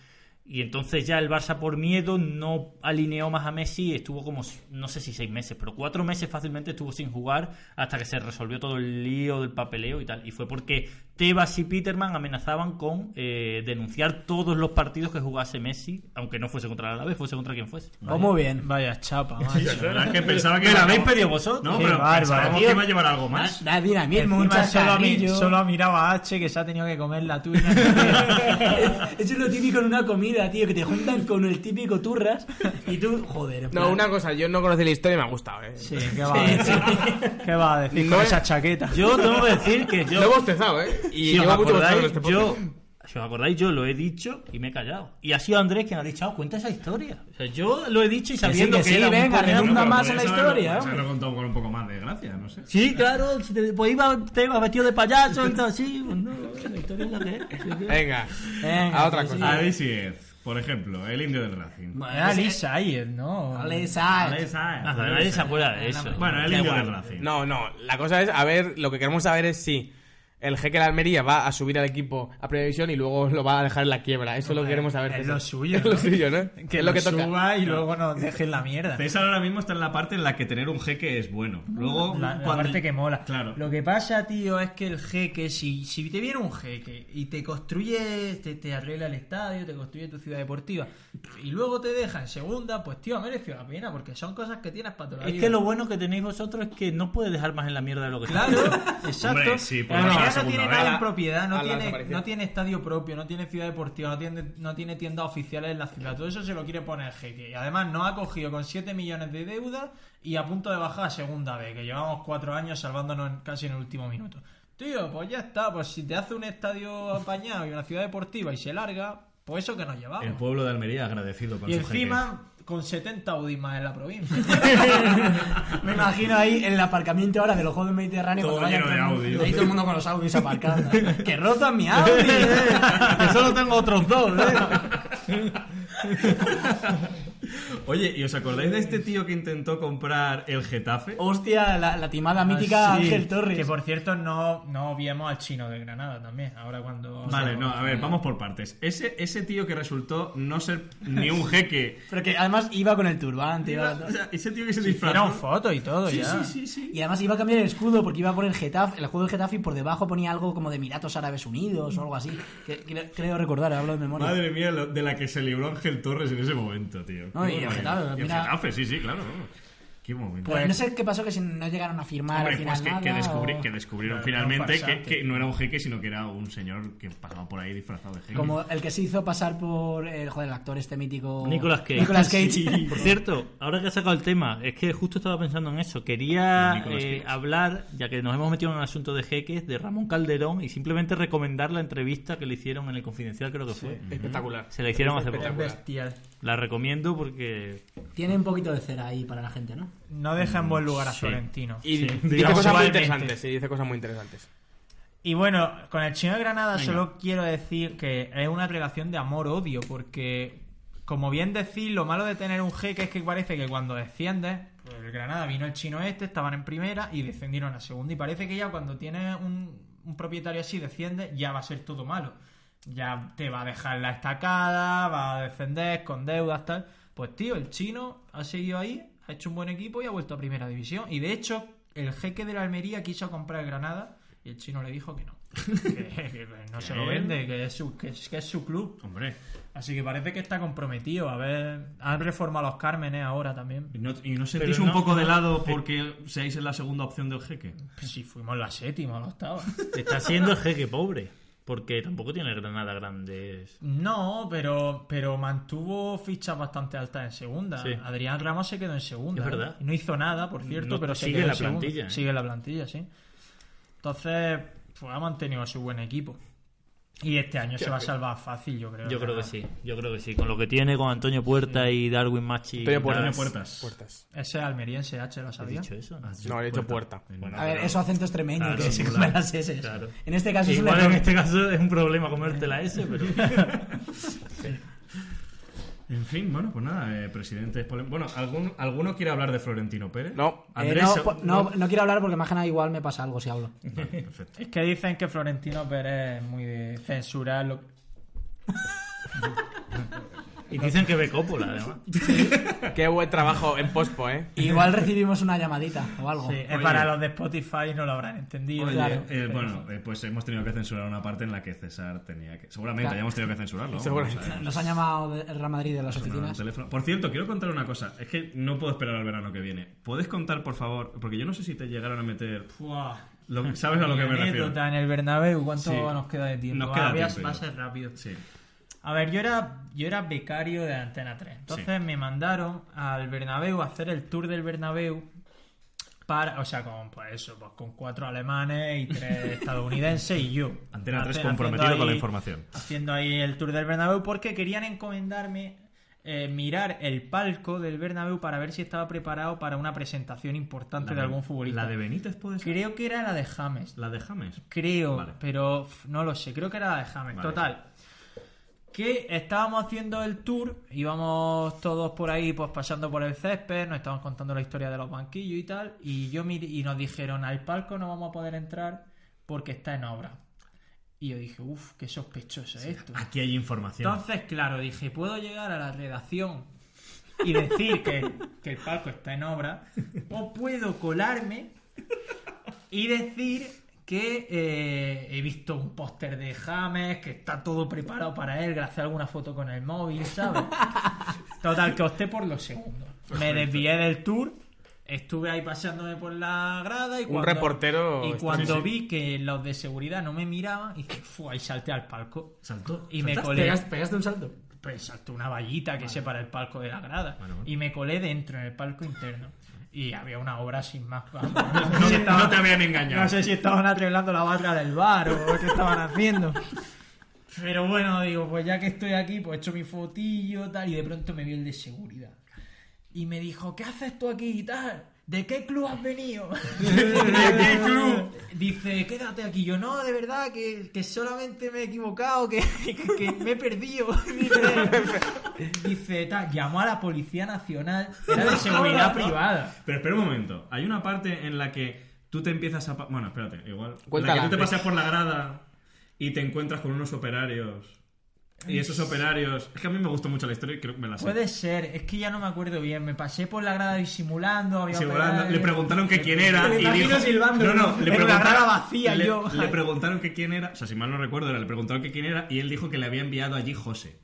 Speaker 4: Y entonces ya el Barça, por miedo, no alineó más a Messi y estuvo como, s- no sé si seis meses, pero cuatro meses fácilmente estuvo sin jugar hasta que se resolvió todo el lío del papeleo y tal. Y fue porque Tebas y Peterman amenazaban con eh, denunciar todos los partidos que jugase Messi, aunque no fuese contra el Alavés, fuese contra quien fuese.
Speaker 3: Oh, muy bien.
Speaker 5: Vaya chapa, macho.
Speaker 1: La verdad es que pensaba que
Speaker 4: ¿Me la
Speaker 1: la
Speaker 4: habéis pedido vosotros?
Speaker 1: No,
Speaker 5: Qué
Speaker 1: pero
Speaker 5: bárbaro,
Speaker 1: pensábamos
Speaker 5: tío.
Speaker 1: que iba a llevar algo más.
Speaker 3: Ah, Da dinamismo, un
Speaker 5: Encima solo, ha, mi-
Speaker 3: chascarrillo.
Speaker 5: solo ha mirado a H que se ha tenido que comer la tuya.
Speaker 3: Eso es lo típico en una comida, tío, que te juntan con el típico turras y tú, joder. en
Speaker 2: No,
Speaker 3: plan- eh,
Speaker 2: una cosa, yo no conocí la historia y me ha gustado, eh.
Speaker 5: Sí, ¿qué va a decir? ¿Qué va a decir
Speaker 2: No
Speaker 5: con
Speaker 2: es-
Speaker 5: esa chaqueta?
Speaker 4: Yo tengo que decir que yo...
Speaker 2: Lo he bostezado, eh. Y
Speaker 4: si os
Speaker 2: llevo mucho bostezado
Speaker 4: acordáis,
Speaker 2: en este
Speaker 4: yo,
Speaker 2: podcast.
Speaker 4: si os acordáis, yo lo he dicho y me he callado. Y ha sido Andrés quien ha dicho, "Ah, cuenta esa historia. O sea, yo lo he dicho y sabiendo
Speaker 3: que
Speaker 4: que,
Speaker 3: sí,
Speaker 4: era un
Speaker 3: venga,
Speaker 4: coñazo.
Speaker 3: redunda
Speaker 1: pero
Speaker 3: más
Speaker 1: podías
Speaker 3: en la
Speaker 1: haberlo-
Speaker 3: historia,
Speaker 1: podías
Speaker 3: hombre.
Speaker 1: haberlo contado con un poco más de gracia, no sé.
Speaker 4: Sí, claro, si te- pues iba, te ibas vestido de payaso, entonces sí, pues no, la historia es la que es.
Speaker 2: Venga,
Speaker 3: Venga,
Speaker 2: a otra
Speaker 3: sí, sí.
Speaker 2: cosa.
Speaker 1: Adisiez, por ejemplo, el indio del Racing.
Speaker 5: Era Liz Ayer, ¿no?
Speaker 3: Vale, sal.
Speaker 1: Esa,
Speaker 4: Nada, Ah, nadie se acuerda de eso.
Speaker 1: Bueno, el
Speaker 4: Da
Speaker 1: indio
Speaker 4: igual.
Speaker 1: del Racing.
Speaker 2: No, no, la cosa es, a ver, lo que queremos saber es si el jeque de la Almería va a subir al equipo a Primera División y luego lo va a dejar en la quiebra. Eso es lo que queremos saber.
Speaker 5: Es
Speaker 2: César.
Speaker 5: lo suyo,
Speaker 2: Es lo
Speaker 5: ¿no?
Speaker 2: suyo, ¿no?
Speaker 5: Que
Speaker 2: es
Speaker 5: lo
Speaker 2: lo que toca.
Speaker 5: suba y luego nos dejen la mierda.
Speaker 1: César ahora mismo está en la parte en la que tener un jeque es bueno. Luego,
Speaker 5: La, la
Speaker 1: cuando-
Speaker 5: parte que mola.
Speaker 1: Claro.
Speaker 5: Lo que pasa, tío, es que el jeque, si, si te viene un jeque y te construye, te, te arregla el estadio, te construye tu ciudad deportiva y luego te deja en segunda, pues tío, ha merecido la pena porque son cosas que tienes para toda la
Speaker 4: Es
Speaker 5: vida.
Speaker 4: que lo bueno que tenéis vosotros es que no puedes dejar más en la mierda de lo que está.
Speaker 5: Claro, exacto.
Speaker 1: Hombre, sí, por
Speaker 5: La
Speaker 1: lo menos
Speaker 5: Almería
Speaker 1: la
Speaker 5: no
Speaker 1: segunda
Speaker 5: tiene
Speaker 1: vez.
Speaker 5: nada
Speaker 2: A
Speaker 5: en
Speaker 2: la-
Speaker 5: propiedad,
Speaker 2: a
Speaker 5: no
Speaker 2: la
Speaker 5: tiene,
Speaker 2: desaparición.
Speaker 5: no tiene estadio propio, no tiene ciudad deportiva, no tiene, no tiene tiendas oficiales en la ciudad. Todo eso se lo quiere poner el jeque. Y además nos ha cogido con 7 millones de deuda y a punto de bajar a segunda vez, que llevamos 4 años salvándonos en- casi en el último minuto. Tío, pues ya está, pues si te hace un estadio apañado y una ciudad deportiva y se larga, pues eso que nos llevamos.
Speaker 1: El pueblo de Almería agradecido con
Speaker 5: y
Speaker 1: su
Speaker 5: encima, con 70 Audi más en la provincia.
Speaker 3: Me imagino ahí en el aparcamiento ahora de los Juegos del Mediterráneo.
Speaker 1: Todo
Speaker 3: cuando vaya
Speaker 1: lleno de
Speaker 3: el mundo-
Speaker 1: Audi.
Speaker 3: Ahí todo el mundo con los Audis aparcando. ¡Que rotan mi Audi!
Speaker 4: Que solo tengo otros dos, ¿eh?
Speaker 1: jeque. Oye, ¿y os acordáis de este tío que intentó comprar el Getafe?
Speaker 3: Oh, Hostia, la, la
Speaker 1: Ah,
Speaker 3: timada mítica
Speaker 5: Sí,
Speaker 3: Ángel Torres.
Speaker 5: Que por cierto, no, no obviemos al chino de Granada también. Ahora cuando.
Speaker 1: Vale, no, a ver, vamos por partes. Ese, ese tío que resultó no ser ni un jeque.
Speaker 3: Pero que además iba con el turbante. iba-
Speaker 1: O sea, ese tío que se
Speaker 5: Hicieron
Speaker 1: disfrazó.
Speaker 5: fotos y todo
Speaker 1: Sí,
Speaker 5: ya.
Speaker 1: sí, sí, sí.
Speaker 3: Y además iba a cambiar el escudo porque iba por el Getafe, el juego del Getafe y por debajo ponía algo como de Emiratos Árabes Unidos o algo así. Que- que- creo recordar, hablo de memoria.
Speaker 1: Madre mía, lo- de la que se libró Ángel Torres en ese momento, tío.
Speaker 3: No, y
Speaker 1: Qué
Speaker 3: el
Speaker 1: barbaridad.
Speaker 3: Getafe,
Speaker 1: Y el
Speaker 3: mira-
Speaker 1: Getafe, sí, sí, claro. vamos. Qué momento.
Speaker 3: Pues no sé qué pasó que si no llegaron a firmar
Speaker 1: Hombre,
Speaker 3: al final
Speaker 1: pues que, que
Speaker 3: nada,
Speaker 1: descubrí-
Speaker 3: o-
Speaker 1: que descubrieron
Speaker 5: Claro, era un
Speaker 1: finalmente que,
Speaker 5: farsante.
Speaker 1: que no era un jeque, sino que era un señor que pasaba por ahí disfrazado de jeque.
Speaker 3: Como el que se hizo pasar por el, joder, el actor este mítico.
Speaker 4: Nicolas Cage.
Speaker 3: Nicolas Cage.
Speaker 4: Por cierto, ahora que has sacado el tema, es que justo estaba pensando en eso. Quería
Speaker 1: Nicolas
Speaker 4: eh,
Speaker 1: Cage.
Speaker 4: hablar, ya que nos hemos metido en el asunto de jeques, de Ramón Calderón y simplemente recomendar la entrevista que le hicieron en el Confidencial, creo que fue.
Speaker 2: Espectacular.
Speaker 4: Se la hicieron hace poco.
Speaker 5: Es bestial.
Speaker 4: La recomiendo porque.
Speaker 3: Tiene un poquito de cera ahí para la gente, ¿no?
Speaker 5: No deja en buen lugar a
Speaker 4: Sí.
Speaker 5: Florentino.
Speaker 2: Y
Speaker 4: Sí,
Speaker 2: dice
Speaker 4: digamos,
Speaker 2: cosas muy
Speaker 4: igualmente.
Speaker 2: interesantes. Sí, dice cosas muy interesantes.
Speaker 5: Y bueno, con el chino de Granada solo quiero decir que es una relación de amor-odio, porque, como bien decís, lo malo de tener un jeque es que parece que cuando desciendes, pues el Granada vino el chino este, estaban en primera y descendieron a segunda. Y parece que ya cuando tienes un, un propietario así, desciende, ya va a ser todo malo. Ya te va a dejar la estacada, va a descender con deudas, tal. Pues tío, el chino ha seguido ahí, ha hecho un buen equipo y ha vuelto a primera división. Y de hecho, el jeque de la Almería quiso comprar el Granada y el chino le dijo que no. que, que no se lo vende, que es, su, que, es- que es su club.
Speaker 1: Hombre,
Speaker 5: Así que parece que está comprometido. A ver, han reformado los Cármenes ahora también.
Speaker 1: ¿y no, y no Eh. sentís
Speaker 4: Pero
Speaker 1: un
Speaker 4: no-
Speaker 1: poco de
Speaker 4: no-
Speaker 1: lado porque seáis en la segunda opción del jeque?
Speaker 5: Si fuimos la séptima o la octava.
Speaker 4: Está siendo el jeque pobre. Porque tampoco tiene Granada grandes.
Speaker 5: No, pero, pero mantuvo fichas bastante altas en segunda.
Speaker 4: Sí.
Speaker 5: Adrián Ramos se quedó en segunda.
Speaker 4: Es verdad.
Speaker 5: ¿eh? No hizo nada, por cierto,
Speaker 4: No,
Speaker 5: pero se
Speaker 4: sigue
Speaker 5: quedó
Speaker 4: en la
Speaker 5: en segunda.
Speaker 4: plantilla, ¿eh?
Speaker 5: Sigue en la plantilla, sí. Entonces, pues ha mantenido a su buen equipo. Y este año se va a salvar fácil, yo creo.
Speaker 4: Yo creo que
Speaker 5: Granada.
Speaker 4: sí, yo creo que sí. Con lo que tiene con Antonio Puerta y Darwin Machi.
Speaker 2: Antonio Puerta.
Speaker 1: Antonio Puertas.
Speaker 2: Puertas.
Speaker 5: Ese almeriense, H, ¿lo
Speaker 4: ¿Has
Speaker 5: sabía?
Speaker 4: dicho eso?
Speaker 2: No, le he dicho puerta.
Speaker 3: A ver, eso acento extremeño,
Speaker 4: Claro,
Speaker 3: que se
Speaker 4: claro,
Speaker 3: comen las S.
Speaker 4: claro.
Speaker 3: En este caso es un
Speaker 4: Igual en
Speaker 3: error.
Speaker 4: este caso es un problema comerte la S, pero.
Speaker 1: En fin, bueno, pues nada, eh, presidente. Bueno, ¿algún, ¿alguno quiere hablar de Florentino Pérez?
Speaker 2: No.
Speaker 3: Eh,
Speaker 1: Andrés,
Speaker 3: no, po- no, no quiero hablar porque más que nada igual me pasa algo si hablo.
Speaker 1: Vale, perfecto.
Speaker 5: Es que dicen que Florentino Pérez es muy de censurar lo
Speaker 4: Y dicen que ve Coppola, además.
Speaker 2: Qué buen trabajo en pospo, ¿eh.
Speaker 3: Igual recibimos una llamadita o algo.
Speaker 5: Sí, es para los de Spotify no lo habrán entendido.
Speaker 1: Oye,
Speaker 3: claro.
Speaker 1: eh, bueno, eh, pues hemos tenido que censurar una parte en la que César tenía que. Seguramente
Speaker 3: Claro.
Speaker 1: hayamos tenido que censurarlo.
Speaker 2: Seguramente.
Speaker 1: vamos a ver.
Speaker 3: Nos han llamado de- el Real Madrid de las
Speaker 1: Sonaba el
Speaker 3: oficinas.
Speaker 1: teléfono. Por cierto, quiero contar una cosa. Es que no puedo esperar al verano que viene. ¿Puedes contar, por favor? Porque yo no sé si te llegaron a meter. Lo- ¿Sabes a lo que me refiero?
Speaker 5: anécdota en el Bernabéu, ¿cuánto
Speaker 1: Sí.
Speaker 5: nos queda de tiempo?
Speaker 1: Nos queda
Speaker 5: Ah, voy a-
Speaker 1: tiempo,
Speaker 5: va a
Speaker 1: yo
Speaker 5: ser rápido.
Speaker 1: Sí.
Speaker 5: A ver, yo era, yo era becario de Antena 3. Entonces me mandaron al Bernabéu a hacer el tour del Bernabéu para, o sea, con pues eso, pues con cuatro alemanes y tres estadounidenses y yo.
Speaker 1: Antena 3
Speaker 5: Hace-
Speaker 1: comprometido
Speaker 5: haciendo
Speaker 1: con la
Speaker 5: ahí-
Speaker 1: información.
Speaker 5: Haciendo ahí el tour del Bernabéu porque querían encomendarme eh, mirar el palco del Bernabéu para ver si estaba preparado para una presentación importante de algún futbolista.
Speaker 1: ¿La de Benítez puede ser?
Speaker 5: Creo que era la de James.
Speaker 1: ¿La de James?
Speaker 5: Creo,
Speaker 1: Vale.
Speaker 5: pero f, no lo sé, creo que era la de James.
Speaker 1: Vale.
Speaker 5: Total. Que estábamos haciendo el tour, íbamos todos por ahí, pues pasando por el césped, nos estaban contando la historia de los banquillos y tal, y yo mir- y nos dijeron al palco no vamos a poder entrar porque está en obra. Y yo dije, uff, qué sospechoso es esto.
Speaker 1: Aquí hay información.
Speaker 5: Entonces, claro, dije, puedo llegar a la redacción y decir que, que el palco está en obra, o puedo colarme y decir que eh, he visto un póster de James, que está todo preparado para él, gracias a alguna foto con el móvil, ¿sabes? Total, que opté por los segundos. Me desvié del tour, estuve ahí paseándome por la grada y
Speaker 2: Un
Speaker 5: cuando,
Speaker 2: reportero-
Speaker 5: Y
Speaker 2: Sí,
Speaker 5: cuando
Speaker 2: sí.
Speaker 5: vi que los de seguridad no me miraban, y, fue, y salté al palco.
Speaker 1: Saltó.
Speaker 5: Y me
Speaker 1: ¿Saltaste?
Speaker 5: colé.
Speaker 3: un salto?
Speaker 5: Pues saltó una vallita que separa el palco de la grada.
Speaker 1: Bueno, bueno.
Speaker 5: Y me colé dentro, en el palco interno. Y había una obra sin más. vamos.
Speaker 1: No,
Speaker 5: sé si estaban-
Speaker 1: no te habían engañado.
Speaker 5: No sé si estaban arreglando la barra del bar o qué estaban haciendo. Pero bueno, digo, pues ya que estoy aquí, pues he hecho mi fotillo, tal. Y de pronto me vio el de seguridad. Y me dijo, ¿qué haces tú aquí y tal? ¿De qué club has venido?
Speaker 1: ¿De qué club?
Speaker 5: Dice, quédate aquí. Yo, no, de verdad, que, que solamente me he equivocado, que, que me he perdido. Dice- Dice, tal, llamó a la Policía Nacional. Era de seguridad privada.
Speaker 1: Pero espera un momento. Hay una parte en la que tú te empiezas a. pa- Bueno, espérate, igual. En la
Speaker 2: Cuéntala,
Speaker 1: que tú te
Speaker 2: Andrés.
Speaker 1: paseas por la grada y te encuentras con unos operarios. Y esos operarios. Es que a mí me gustó mucho la historia y creo que me la sé.
Speaker 5: Puede ser, es que ya no me acuerdo bien. Me pasé por la grada disimulando. Había
Speaker 1: Sí, volando.
Speaker 5: operarios.
Speaker 1: Le preguntaron que quién era
Speaker 5: Me
Speaker 1: y
Speaker 5: imagino
Speaker 1: dijo,
Speaker 5: silbando.
Speaker 1: no, no, le
Speaker 5: En una grada
Speaker 1: preguntaron
Speaker 5: vacía
Speaker 1: le,
Speaker 5: yo.
Speaker 1: le preguntaron que quién era, o sea, si mal no recuerdo, era, le preguntaron que quién era y él dijo que le había enviado allí José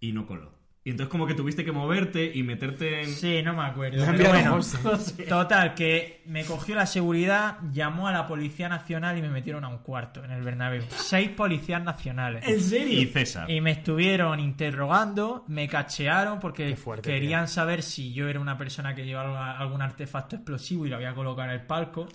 Speaker 1: y no coló. Y entonces como que tuviste que moverte y meterte en
Speaker 5: Sí, no me acuerdo.
Speaker 2: Le han
Speaker 5: pero
Speaker 2: enviado
Speaker 5: bueno.
Speaker 2: bolsa.
Speaker 5: Total, que me cogió la seguridad, llamó a la Policía Nacional y me metieron a un cuarto en el Bernabéu. Seis policías nacionales.
Speaker 1: y César.
Speaker 5: Y me estuvieron interrogando, me cachearon porque
Speaker 2: Qué fuerte,
Speaker 5: querían saber si yo era una persona que llevaba algún artefacto explosivo y lo había colocado en el palco.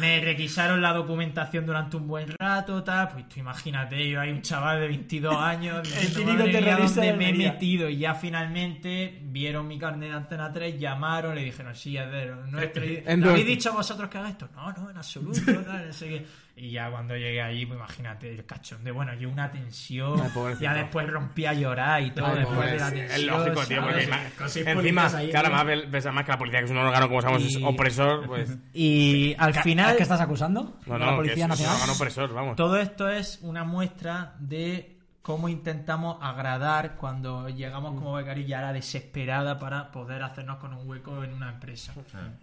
Speaker 5: me requisaron la documentación durante un buen rato, tal. Pues tú imagínate, yo hay un chaval de 22 años. diciendo,
Speaker 2: Partido
Speaker 5: madre mía,
Speaker 2: terrorista
Speaker 5: dónde
Speaker 2: de
Speaker 5: me he
Speaker 2: Almería.
Speaker 5: metido. Y ya finalmente vieron mi carnet de Antena 3, llamaron, le dijeron, sí, es de los nuestros. Y,
Speaker 2: Eh, En
Speaker 5: "¿Le habéis
Speaker 2: nuestro".
Speaker 5: dicho a vosotros que haga esto? No, no, en absoluto. no, no sé qué. Y ya cuando llegué ahí, pues imagínate el cachón de, bueno, yo una tensión.
Speaker 2: Ay, pobrecito.
Speaker 5: ya después rompí a llorar y todo.
Speaker 2: Ay,
Speaker 5: después
Speaker 2: pues,
Speaker 5: de la tensión.
Speaker 2: es lógico, tío,
Speaker 5: ¿sabes?
Speaker 2: porque
Speaker 5: Sí,
Speaker 2: más-
Speaker 5: seis
Speaker 2: encima,
Speaker 5: policías ahí,
Speaker 2: claro,
Speaker 5: ¿no?
Speaker 2: más, ves- ves más que la policía, que es un órgano, como sabemos, es
Speaker 5: Y-
Speaker 2: opresor, pues...
Speaker 5: Y al final.
Speaker 3: ¿Es que estás acusando?
Speaker 2: No,
Speaker 3: ¿A
Speaker 2: no,
Speaker 3: la
Speaker 2: que
Speaker 3: Policía
Speaker 2: es, es un
Speaker 3: Nacional.
Speaker 2: órgano opresor, vamos.
Speaker 5: Todo esto es una muestra de cómo intentamos agradar cuando
Speaker 2: Mm.
Speaker 5: llegamos como becarilla a la desesperada para poder hacernos con un hueco en una empresa.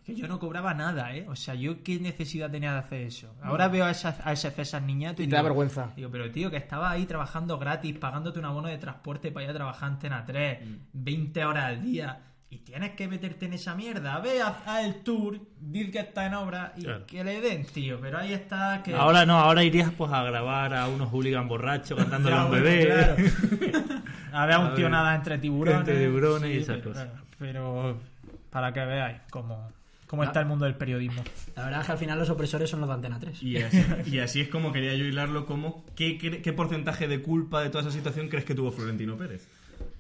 Speaker 5: Que yo no cobraba nada, ¿eh? O sea, yo qué necesidad tenía de hacer eso. Ahora veo a esas, a esas, esas niñatas
Speaker 2: Mm. Y
Speaker 5: y
Speaker 2: te da
Speaker 5: digo-
Speaker 2: vergüenza.
Speaker 5: Digo, pero tío, que estaba ahí trabajando gratis, pagándote un abono de transporte para ir a trabajar en a 3, 20 horas al día. Y tienes que meterte en esa mierda. Ve a- al tour, dir que está en obra y
Speaker 4: Claro.
Speaker 5: que le den, tío. Pero ahí está que...
Speaker 4: Ahora no, ahora irías pues a grabar a unos hooligans borrachos cantando a
Speaker 5: Ya,
Speaker 4: los
Speaker 5: bueno,
Speaker 4: bebés.
Speaker 5: claro. A ver, un tío
Speaker 4: ver,
Speaker 5: nada entre tiburones.
Speaker 4: entre tiburones y esas
Speaker 5: pero,
Speaker 4: cosas.
Speaker 5: bueno, Pero para que veáis cómo,
Speaker 4: Ah.
Speaker 5: cómo está el mundo del periodismo.
Speaker 3: La verdad es que al final los opresores son los de Antena 3.
Speaker 1: Y así, y así es como quería yo hilarlo, como ¿qué, cre- qué porcentaje de culpa de toda esa situación crees que tuvo Florentino Pérez?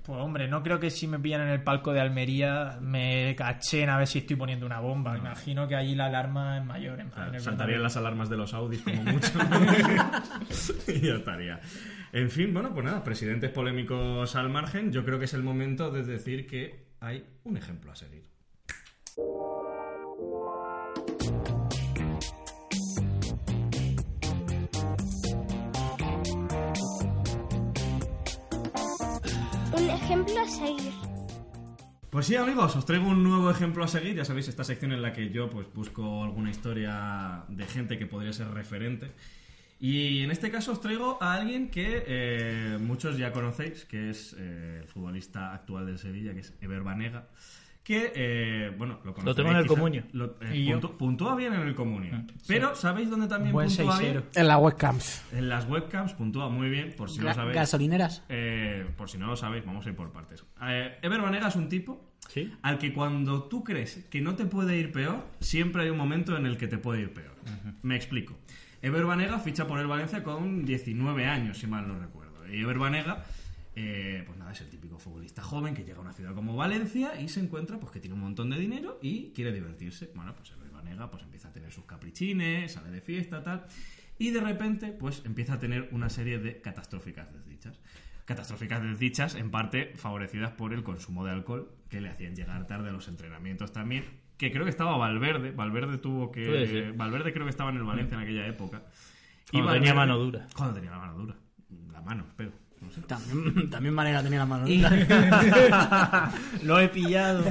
Speaker 5: Pues hombre, no creo que si me pillan en el palco de Almería me cachen a ver si estoy poniendo una bomba. Imagino que allí la alarma es mayor. en- en
Speaker 4: Ah,
Speaker 1: Claro,
Speaker 5: el
Speaker 1: saltarían
Speaker 5: Bernabéu.
Speaker 1: las alarmas de los Audis como mucho. y ya estaría. En fin, bueno, pues nada, presidentes polémicos al margen, yo creo que es el momento de decir que hay un ejemplo a seguir.
Speaker 6: Un ejemplo a seguir.
Speaker 1: Pues sí, amigos, os traigo un nuevo ejemplo a seguir. Ya sabéis, esta sección en la que yo pues busco alguna historia de gente que podría ser referente. Y en este caso os traigo a alguien que eh, muchos ya conocéis, que es eh, el futbolista actual del Sevilla, que es Eber Banega, que, eh, bueno, lo conocéis
Speaker 4: tengo en el
Speaker 1: quizá-
Speaker 4: comunio.
Speaker 1: lo- eh,
Speaker 5: Y yo. Ah,
Speaker 1: puntu- puntúa bien en el comunio. Pero, ¿sabéis dónde también
Speaker 5: Buen
Speaker 1: puntúa
Speaker 5: 6-0.
Speaker 1: bien?
Speaker 2: En las webcams.
Speaker 1: En las webcams puntúa muy bien, por Pues si
Speaker 3: Ga-
Speaker 1: lo sabéis.
Speaker 3: gasolineras.
Speaker 1: Eh, por si no lo sabéis, vamos a ir por partes. Eh, Eber Banega es un tipo
Speaker 4: Sí.
Speaker 1: al que cuando tú crees que no te puede ir peor, siempre hay un momento en el que te puede ir peor. Me explico. Ever Banega ficha por el Valencia con 19 años, si mal no recuerdo. Y Ever Banega, eh, pues nada, es el típico futbolista joven que llega a una ciudad como Valencia y se encuentra pues que tiene un montón de dinero y quiere divertirse. Bueno, pues Ever Banega pues empieza a tener sus caprichines, sale de fiesta, tal. Y de repente, pues empieza a tener una serie de catastróficas desdichas. Catastróficas desdichas, en parte favorecidas por el consumo de alcohol, que le hacían llegar tarde a los entrenamientos también. Que creo que estaba Valverde. Valverde tuvo que.
Speaker 4: Puede ser.
Speaker 1: Valverde creo que estaba en el Valencia en aquella época.
Speaker 4: Cuando tenía mano dura.
Speaker 1: Cuando tenía la mano dura. La mano, espero. No sé.
Speaker 3: También, también manera tenía la mano. eh,
Speaker 5: Lo he pillado.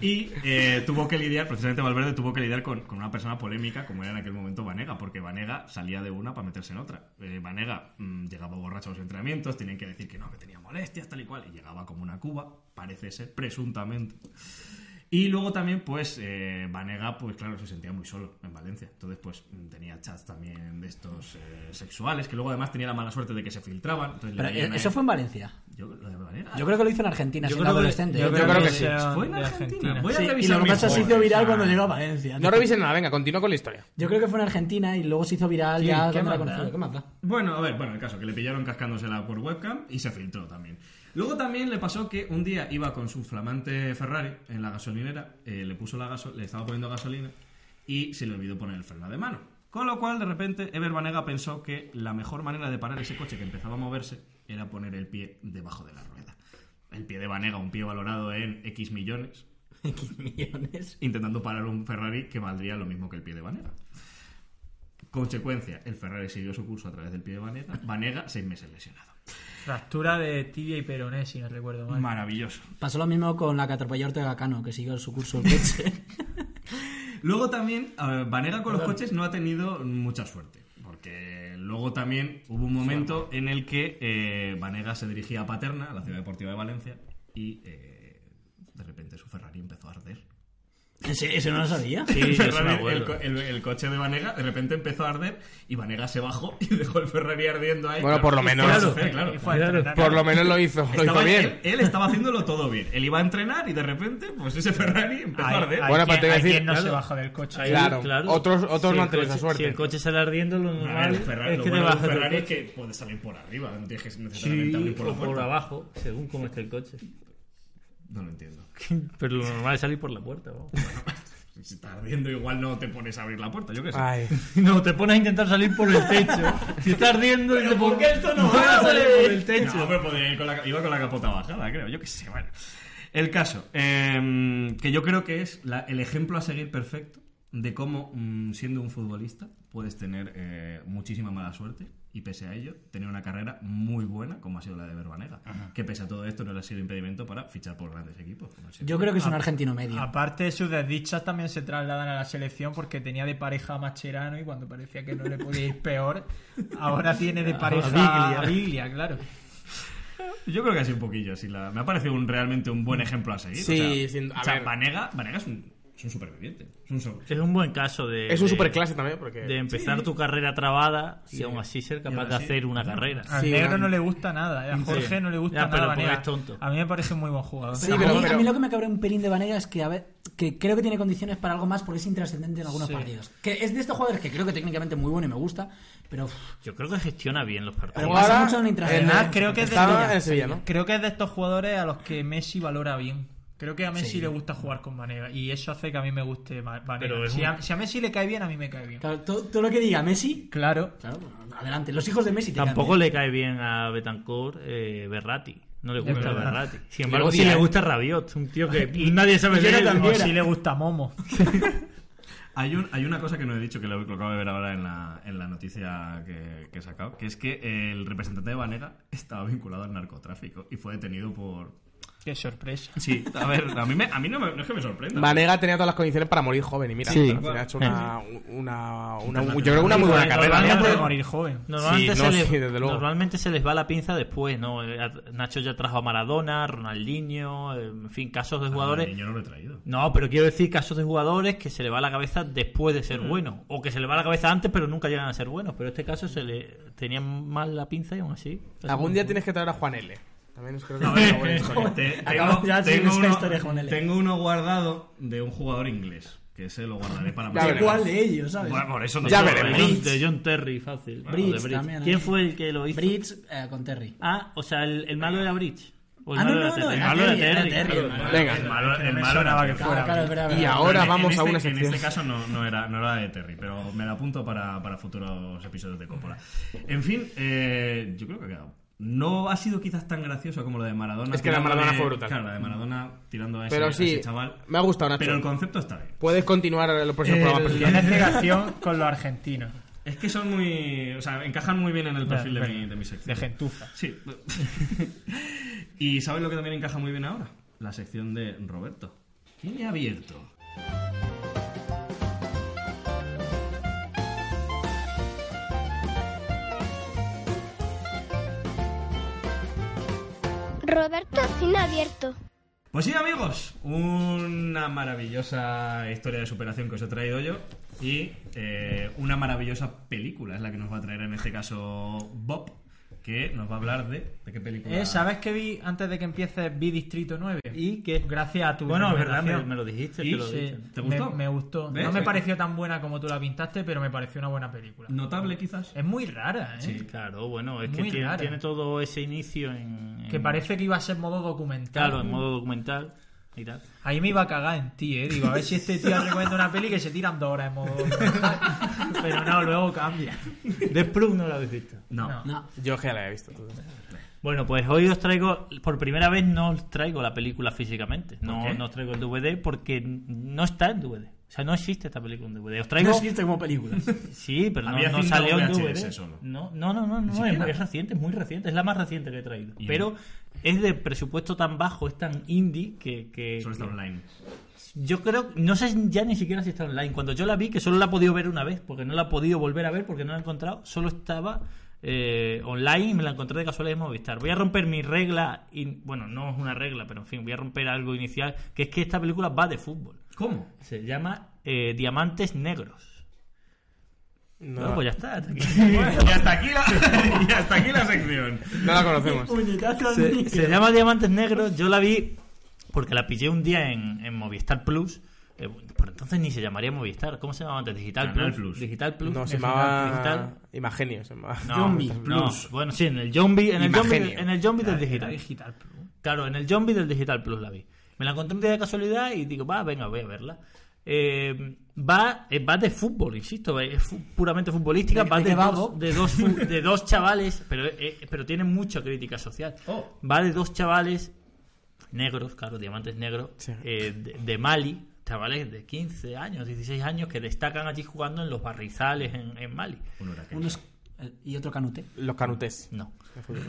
Speaker 1: Y eh, tuvo que lidiar, precisamente Valverde tuvo que lidiar con, con una persona polémica como era en aquel momento Vanega, porque Vanega salía de una para meterse en otra. Eh, Vanega mm, llegaba borracho a los entrenamientos, tenían que decir que no, que tenía molestias, tal y cual, y llegaba como una cuba, parece ser, presuntamente. Y luego también, pues, eh, Vanega, pues claro, se sentía muy solo en Valencia. Entonces, pues, mm, tenía chats también de estos eh, sexuales, que luego además tenía la mala suerte de que se filtraban. Entonces, le
Speaker 3: Pero
Speaker 1: veían
Speaker 3: eh,
Speaker 1: ahí-
Speaker 3: eso fue en Valencia.
Speaker 1: Yo, lo de Vanega.
Speaker 3: Yo creo que lo hizo en Argentina, siendo adolescente.
Speaker 2: yo creo que sí.
Speaker 1: Fue en
Speaker 5: de
Speaker 1: Argentina. Voy a
Speaker 3: Sí, y
Speaker 1: revisar
Speaker 3: lo que
Speaker 1: mis
Speaker 3: pasa es que se hizo
Speaker 1: fuentes,
Speaker 3: viral
Speaker 1: ah.
Speaker 3: cuando llegó a Valencia.
Speaker 2: No revisen nada, venga, continúa con la historia.
Speaker 3: Yo creo que fue en Argentina y luego se hizo viral
Speaker 5: Sí,
Speaker 3: ya
Speaker 5: ¿qué
Speaker 3: cuando la
Speaker 5: más da?
Speaker 3: conocí. ¿Qué más da?
Speaker 1: Bueno, a ver, bueno, el caso, que le pillaron cascándosela por webcam y se filtró también. Luego también le pasó que un día iba con su flamante Ferrari en la gasolinera, eh, le puso la gaso- le estaba poniendo gasolina y se le olvidó poner el freno de mano. Con lo cual, de repente, Ever Banega pensó que la mejor manera de parar ese coche que empezaba a moverse era poner el pie debajo de la rueda. El pie de Banega, un pie valorado en X millones,
Speaker 3: millones.
Speaker 1: intentando parar un Ferrari que valdría lo mismo que el pie de Vanega. Consecuencia, el Ferrari siguió su curso a través del pie de Vanega. Vanega, seis meses lesionado.
Speaker 5: Fractura de tibia y peroné, si no recuerdo mal.
Speaker 1: Maravilloso.
Speaker 3: Pasó lo mismo con la que atropelló a Ortega Cano, que siguió su curso el coche.
Speaker 1: Luego también, eh, Vanega con los coches no ha tenido mucha suerte. Porque luego también hubo un momento en el que eh, Vanega se dirigía a Paterna, a la ciudad deportiva de Valencia, y eh, de repente su Ferrari empezó a arder.
Speaker 4: ¿Ese, ese no lo sabía?
Speaker 1: Y
Speaker 4: Sí, yo sí me
Speaker 1: Ferrari, el,
Speaker 4: acuerdo.
Speaker 1: co- el- el coche de Vanega de repente empezó a arder y Vanega se bajó y dejó el Ferrari ardiendo ahí.
Speaker 2: Bueno, por lo menos.
Speaker 1: claro,
Speaker 5: Claro,
Speaker 1: claro.
Speaker 5: y fue a entrenar.
Speaker 2: Por lo menos lo hizo, lo hizo
Speaker 1: Estaba-
Speaker 2: bien.
Speaker 1: Él, él estaba haciéndolo todo bien. Él iba a entrenar y de repente, pues ese Ferrari empezó a
Speaker 5: Hay-
Speaker 1: arder.
Speaker 5: hay
Speaker 2: Bueno, pero
Speaker 5: quien-
Speaker 2: te iba a
Speaker 5: hay
Speaker 2: decir,
Speaker 5: quien no
Speaker 2: claro.
Speaker 5: se baja del coche.
Speaker 4: Ahí,
Speaker 2: Claro, otros- otros
Speaker 4: el
Speaker 2: no han tenido
Speaker 4: coche-
Speaker 2: esa suerte.
Speaker 4: Si el coche sale ardiendo, lo
Speaker 1: A ver,
Speaker 4: normal
Speaker 1: el Ferrari,
Speaker 4: es
Speaker 1: lo
Speaker 4: que te
Speaker 1: bueno del
Speaker 4: bajas del
Speaker 1: Ferrari es
Speaker 4: coche.
Speaker 1: que puede salir por arriba, no tienes que necesariamente
Speaker 4: Sí,
Speaker 1: abrir
Speaker 4: por
Speaker 1: por la
Speaker 4: o por
Speaker 1: puerta.
Speaker 4: abajo, según cómo esté el coche.
Speaker 1: No lo entiendo.
Speaker 4: Pero lo normal es salir por la puerta. vamos.
Speaker 1: Si está ardiendo, igual no te pones a abrir la puerta, yo qué sé.
Speaker 2: Ay.
Speaker 4: No, te pones a intentar salir por el techo. Si está ardiendo, y te
Speaker 1: ¿Por qué
Speaker 4: pones
Speaker 1: esto no
Speaker 4: a salir
Speaker 1: abre?
Speaker 4: por el techo.
Speaker 1: No, pero podría ir con la, iba con la capota bajada, creo. Yo qué sé, bueno. El caso, eh, que yo creo que es la- el ejemplo a seguir perfecto de cómo, mm, siendo un futbolista, puedes tener eh, muchísima mala suerte y, pese a ello, tener una carrera muy buena, como ha sido la de Verbanega. Que, pese a todo esto, no le ha sido impedimento para fichar por grandes equipos. como ha sido.
Speaker 3: Yo creo que es un argentino medio.
Speaker 5: Aparte, sus desdichas también se trasladan a la selección porque tenía de pareja a Mascherano y cuando parecía que no le podía ir peor, ahora tiene de pareja
Speaker 4: Biglia.
Speaker 5: a Biglia, claro.
Speaker 1: Yo creo que así un poquillo. Así la- me ha parecido un, realmente un buen ejemplo a seguir.
Speaker 2: Sí,
Speaker 1: o sea,
Speaker 2: sin- a
Speaker 1: o sea,
Speaker 2: ver.
Speaker 1: Vanega, Vanega es un, es un superviviente. Es un so-
Speaker 4: Es un buen caso de.
Speaker 2: Es un
Speaker 4: de-
Speaker 2: superclase también, porque.
Speaker 4: De empezar tu carrera trabada y
Speaker 2: Sí.
Speaker 4: aún así ser
Speaker 1: Y
Speaker 4: capaz
Speaker 1: aún
Speaker 4: de
Speaker 1: así-
Speaker 4: hacer una carrera.
Speaker 5: Al
Speaker 2: Sí,
Speaker 5: negro
Speaker 2: gran-
Speaker 5: no le gusta nada, eh, a Jorge no le gusta
Speaker 4: Ya,
Speaker 5: nada.
Speaker 4: pero porque
Speaker 5: Vanega.
Speaker 4: es tonto.
Speaker 5: A mí me parece un muy buen jugador.
Speaker 2: Sí,
Speaker 3: a,
Speaker 2: pero-
Speaker 3: mí, a
Speaker 2: pero-
Speaker 3: mí lo que me cabrea un pelín de Vanega es que, a ver, que creo que tiene condiciones para algo más porque es intrascendente en algunos
Speaker 5: Sí.
Speaker 3: partidos. Que es de estos jugadores que creo que técnicamente es muy bueno y me gusta, pero uff,
Speaker 4: Yo creo que gestiona bien los partidos.
Speaker 3: Pero pasa
Speaker 2: Ahora,
Speaker 3: mucho en intrascendente.
Speaker 5: Ah, creo que es de
Speaker 2: Estaba
Speaker 5: Sevilla.
Speaker 2: en Sevilla, ¿no?
Speaker 5: Creo que es de estos jugadores a los que Messi valora bien. Creo que a Messi
Speaker 3: Sí.
Speaker 5: le gusta jugar con Vanega y eso hace que a mí me guste Ma-
Speaker 4: Pero
Speaker 5: Vanega.
Speaker 4: es
Speaker 5: Si,
Speaker 4: un-
Speaker 5: a, si a Messi le cae bien, a mí me cae bien.
Speaker 3: claro, todo, todo lo que diga Messi,
Speaker 5: Claro.
Speaker 3: claro, adelante. Los hijos de Messi te
Speaker 4: Tampoco
Speaker 3: caen
Speaker 4: le cae bien a Betancourt eh, Berrati. No le gusta
Speaker 5: verdad.
Speaker 4: Berrati. Sin embargo,
Speaker 2: odia,
Speaker 4: sí le
Speaker 2: ¿eh?
Speaker 4: gusta Rabiot, un tío que nadie sabe de
Speaker 5: Pero
Speaker 4: él.
Speaker 5: también sí le gusta Momo.
Speaker 1: Hay, un- hay una cosa que no he dicho, que lo, lo acabo de ver ahora en la, en la noticia que, que he sacado, que es que el representante de Vanega estaba vinculado al narcotráfico y fue detenido por...
Speaker 5: Qué sorpresa.
Speaker 1: Sí, a ver, a mí, me- a mí no, me- no es que me sorprenda.
Speaker 2: Vanega tenía todas las condiciones para morir joven y mira,
Speaker 1: Sí.
Speaker 2: al final ha hecho una, una, una- yo creo que una muy buena carrera. ¿eh?
Speaker 4: Internacional.
Speaker 5: Vanega
Speaker 4: Vanega
Speaker 5: puede
Speaker 4: no-
Speaker 5: morir joven.
Speaker 4: Normalmente,
Speaker 2: Sí,
Speaker 4: se
Speaker 2: no,
Speaker 4: les,
Speaker 2: sí, desde luego.
Speaker 4: normalmente se les va la pinza después, ¿no? Eh, a- Nacho ya trajo a Maradona, Ronaldinho, eh, en fin, casos de
Speaker 1: Ah,
Speaker 4: jugadores.
Speaker 1: Yo no lo he traído.
Speaker 4: No, pero quiero decir casos de jugadores que se le va la cabeza después de ser bueno. O que se le va la cabeza antes, pero nunca llegan a ser buenos. Pero en este caso se le tenían mal la pinza y aún así.
Speaker 2: Algún día tienes que traer a Juan L. También es creo que
Speaker 1: A
Speaker 2: es
Speaker 1: ver,
Speaker 2: una buena historia.
Speaker 1: eh, te-
Speaker 3: Acabas
Speaker 1: tengo-
Speaker 3: ya sin
Speaker 1: tengo
Speaker 3: esa
Speaker 1: uno-
Speaker 3: historia, Juan L.
Speaker 1: Tengo uno guardado de un jugador inglés, que ese lo guardaré para...
Speaker 2: Ya
Speaker 1: más
Speaker 2: veremos.
Speaker 1: adelante.
Speaker 3: ¿Cuál de ellos, sabes?
Speaker 1: Bueno, por eso no
Speaker 2: Ya
Speaker 1: sé,
Speaker 2: veremos.
Speaker 4: De
Speaker 1: ¿eh?
Speaker 4: John, de John Terry, fácil.
Speaker 3: Bridge
Speaker 4: Bueno, de Bridge.
Speaker 3: también, ¿eh?
Speaker 4: ¿Quién fue el que lo hizo?
Speaker 3: Bridge eh, con Terry.
Speaker 4: Ah, o sea, el, el malo era Bridge. O el
Speaker 3: Ah, no,
Speaker 4: malo era
Speaker 3: no, no,
Speaker 4: Terry. El
Speaker 3: era
Speaker 4: malo era
Speaker 3: Terry, era
Speaker 4: Terry.
Speaker 3: Terry,
Speaker 4: claro.
Speaker 3: el malo.
Speaker 2: Venga.
Speaker 1: El malo, el
Speaker 5: Me
Speaker 1: malo
Speaker 5: sonaba
Speaker 1: era-
Speaker 5: que fuera.
Speaker 3: Claro, es verdad, es
Speaker 2: Y
Speaker 3: verdad.
Speaker 2: ahora
Speaker 1: En-
Speaker 2: vamos
Speaker 1: en
Speaker 2: a
Speaker 1: este-
Speaker 2: una
Speaker 1: En este
Speaker 2: sección.
Speaker 1: caso no, no era, no era de Terry, pero me la apunto para, para futuros episodios de Coppola. En fin, eh, yo creo que ha quedado. No ha sido quizás tan gracioso como lo de Maradona.
Speaker 2: Es que la de
Speaker 1: tirándole-
Speaker 2: Maradona fue brutal.
Speaker 1: Claro, la de Maradona tirando a ese,
Speaker 2: Pero
Speaker 1: a
Speaker 2: sí,
Speaker 1: ese chaval.
Speaker 2: me ha gustado Nacho.
Speaker 1: Pero el concepto está bien.
Speaker 2: Puedes continuar los próximos
Speaker 5: Eh,
Speaker 1: El-
Speaker 2: programas. pero-
Speaker 5: Tienes negación con los argentinos.
Speaker 1: Es que son muy. O sea, encajan muy bien en el perfil de, mi, de mi sección.
Speaker 5: De gentuza.
Speaker 1: Sí. ¿Y sabes lo que también encaja muy bien ahora? La sección de Roberto. Tiene abierto.
Speaker 6: Roberto Cine Abierto.
Speaker 1: Pues sí, amigos, una maravillosa historia de superación que os he traído yo y eh, una maravillosa película es la que nos va a traer en este caso Bob, que nos va a hablar de, ¿de qué película.
Speaker 5: Eh, ¿Sabes qué vi antes de que empiece? Vi Distrito 9.
Speaker 4: ¿Y qué?
Speaker 5: Gracias a tu
Speaker 4: Bueno, es verdad, me,
Speaker 5: recomendación.
Speaker 4: me lo dijiste.
Speaker 1: Y
Speaker 4: te lo
Speaker 1: sí.
Speaker 4: dije.
Speaker 1: ¿Te
Speaker 5: Me-
Speaker 1: gustó?
Speaker 5: Me, gustó.
Speaker 1: ¿Ves?
Speaker 5: No me pareció tan buena como tú la pintaste, pero me pareció una buena película.
Speaker 1: Notable quizás.
Speaker 5: Es muy rara, ¿eh?
Speaker 1: Sí.
Speaker 4: Claro, bueno, es que
Speaker 5: Muy
Speaker 4: tiene,
Speaker 5: rara.
Speaker 4: tiene todo ese inicio en, en-
Speaker 5: Que parece que iba a ser modo documental.
Speaker 4: Claro, en modo documental y tal.
Speaker 5: Ahí me iba a cagar en ti, ¿eh? Digo, a ver si este tío recomienda una peli que se tiran dos horas en modo documental. Pero no, luego cambia.
Speaker 4: Desprug no lo habéis visto.
Speaker 1: No.
Speaker 5: No.
Speaker 3: No,
Speaker 2: Yo es que ya la he visto.
Speaker 4: Bueno, pues hoy os traigo, por primera vez no os traigo la película físicamente. No,
Speaker 1: qué?
Speaker 4: no os traigo el DVD porque no está en DVD. O sea, no existe esta película en DVD. Os traigo.
Speaker 3: no existe como películas.
Speaker 4: Sí, pero no,
Speaker 1: Había
Speaker 4: no
Speaker 1: cinta
Speaker 4: salió en
Speaker 1: VHS
Speaker 4: DVD.
Speaker 1: solo.
Speaker 4: No, no, no, no, no, es, es reciente, es muy reciente, es la más reciente que he traído.
Speaker 1: Y-
Speaker 4: Pero es de presupuesto tan bajo, es tan indie que, que-
Speaker 1: Solo está online.
Speaker 4: yo creo, no sé ya ni siquiera si está online. Cuando yo la vi, que solo la he podido ver una vez, porque no la he podido volver a ver porque no la he encontrado, solo estaba eh, eh, online y me la encontré de casualidad en Movistar. Voy a romper mi regla, y, bueno, no es una regla, pero en fin, voy a romper algo inicial, que es que esta película va de fútbol.
Speaker 1: ¿Cómo?
Speaker 4: Se llama eh, Diamantes Negros.
Speaker 2: No,
Speaker 4: No, pues ya está. hasta aquí.
Speaker 1: y, hasta aquí la, y hasta aquí la sección.
Speaker 2: no la conocemos.
Speaker 3: Puñetazo al
Speaker 4: se,
Speaker 3: níquel.
Speaker 4: se llama Diamantes Negros. Yo la vi porque la pillé un día en, en Movistar Plus. Eh, por entonces ni se llamaría Movistar. ¿Cómo se llamaba antes? Digital
Speaker 1: Canal Plus.
Speaker 4: Digital Plus.
Speaker 2: No, se
Speaker 4: Digital-
Speaker 2: llamaba
Speaker 4: Digital.
Speaker 2: Imagenio. Se llamaba.
Speaker 4: No,
Speaker 3: Zombie
Speaker 4: no.
Speaker 3: Plus.
Speaker 4: Bueno, sí, en el Zombie. En el Zombie,
Speaker 2: Imagenio.
Speaker 4: en el zombie del
Speaker 5: Era
Speaker 4: Digital.
Speaker 5: digital Plus.
Speaker 4: Claro, en el zombie del Digital Plus la vi. Me la encontré un día de casualidad y digo, va, venga, voy a verla. Eh, va, eh, va de fútbol, insisto, es fu- puramente futbolística,
Speaker 3: ¿De-
Speaker 4: va
Speaker 3: de
Speaker 4: de,
Speaker 3: qué va,
Speaker 4: dos,
Speaker 3: Bob?
Speaker 4: de, dos, fu- de dos chavales, pero, eh, pero tiene mucha crítica social.
Speaker 1: Oh.
Speaker 4: Va de dos chavales negros, claro, diamantes negros,
Speaker 2: Sí.
Speaker 4: eh, de, de Mali, chavales de 15 años, 16 años, que destacan allí jugando en los barrizales en, en Mali.
Speaker 1: Un huracán.
Speaker 3: Uno es- eh, y otro canute.
Speaker 2: Los canutés.
Speaker 4: No.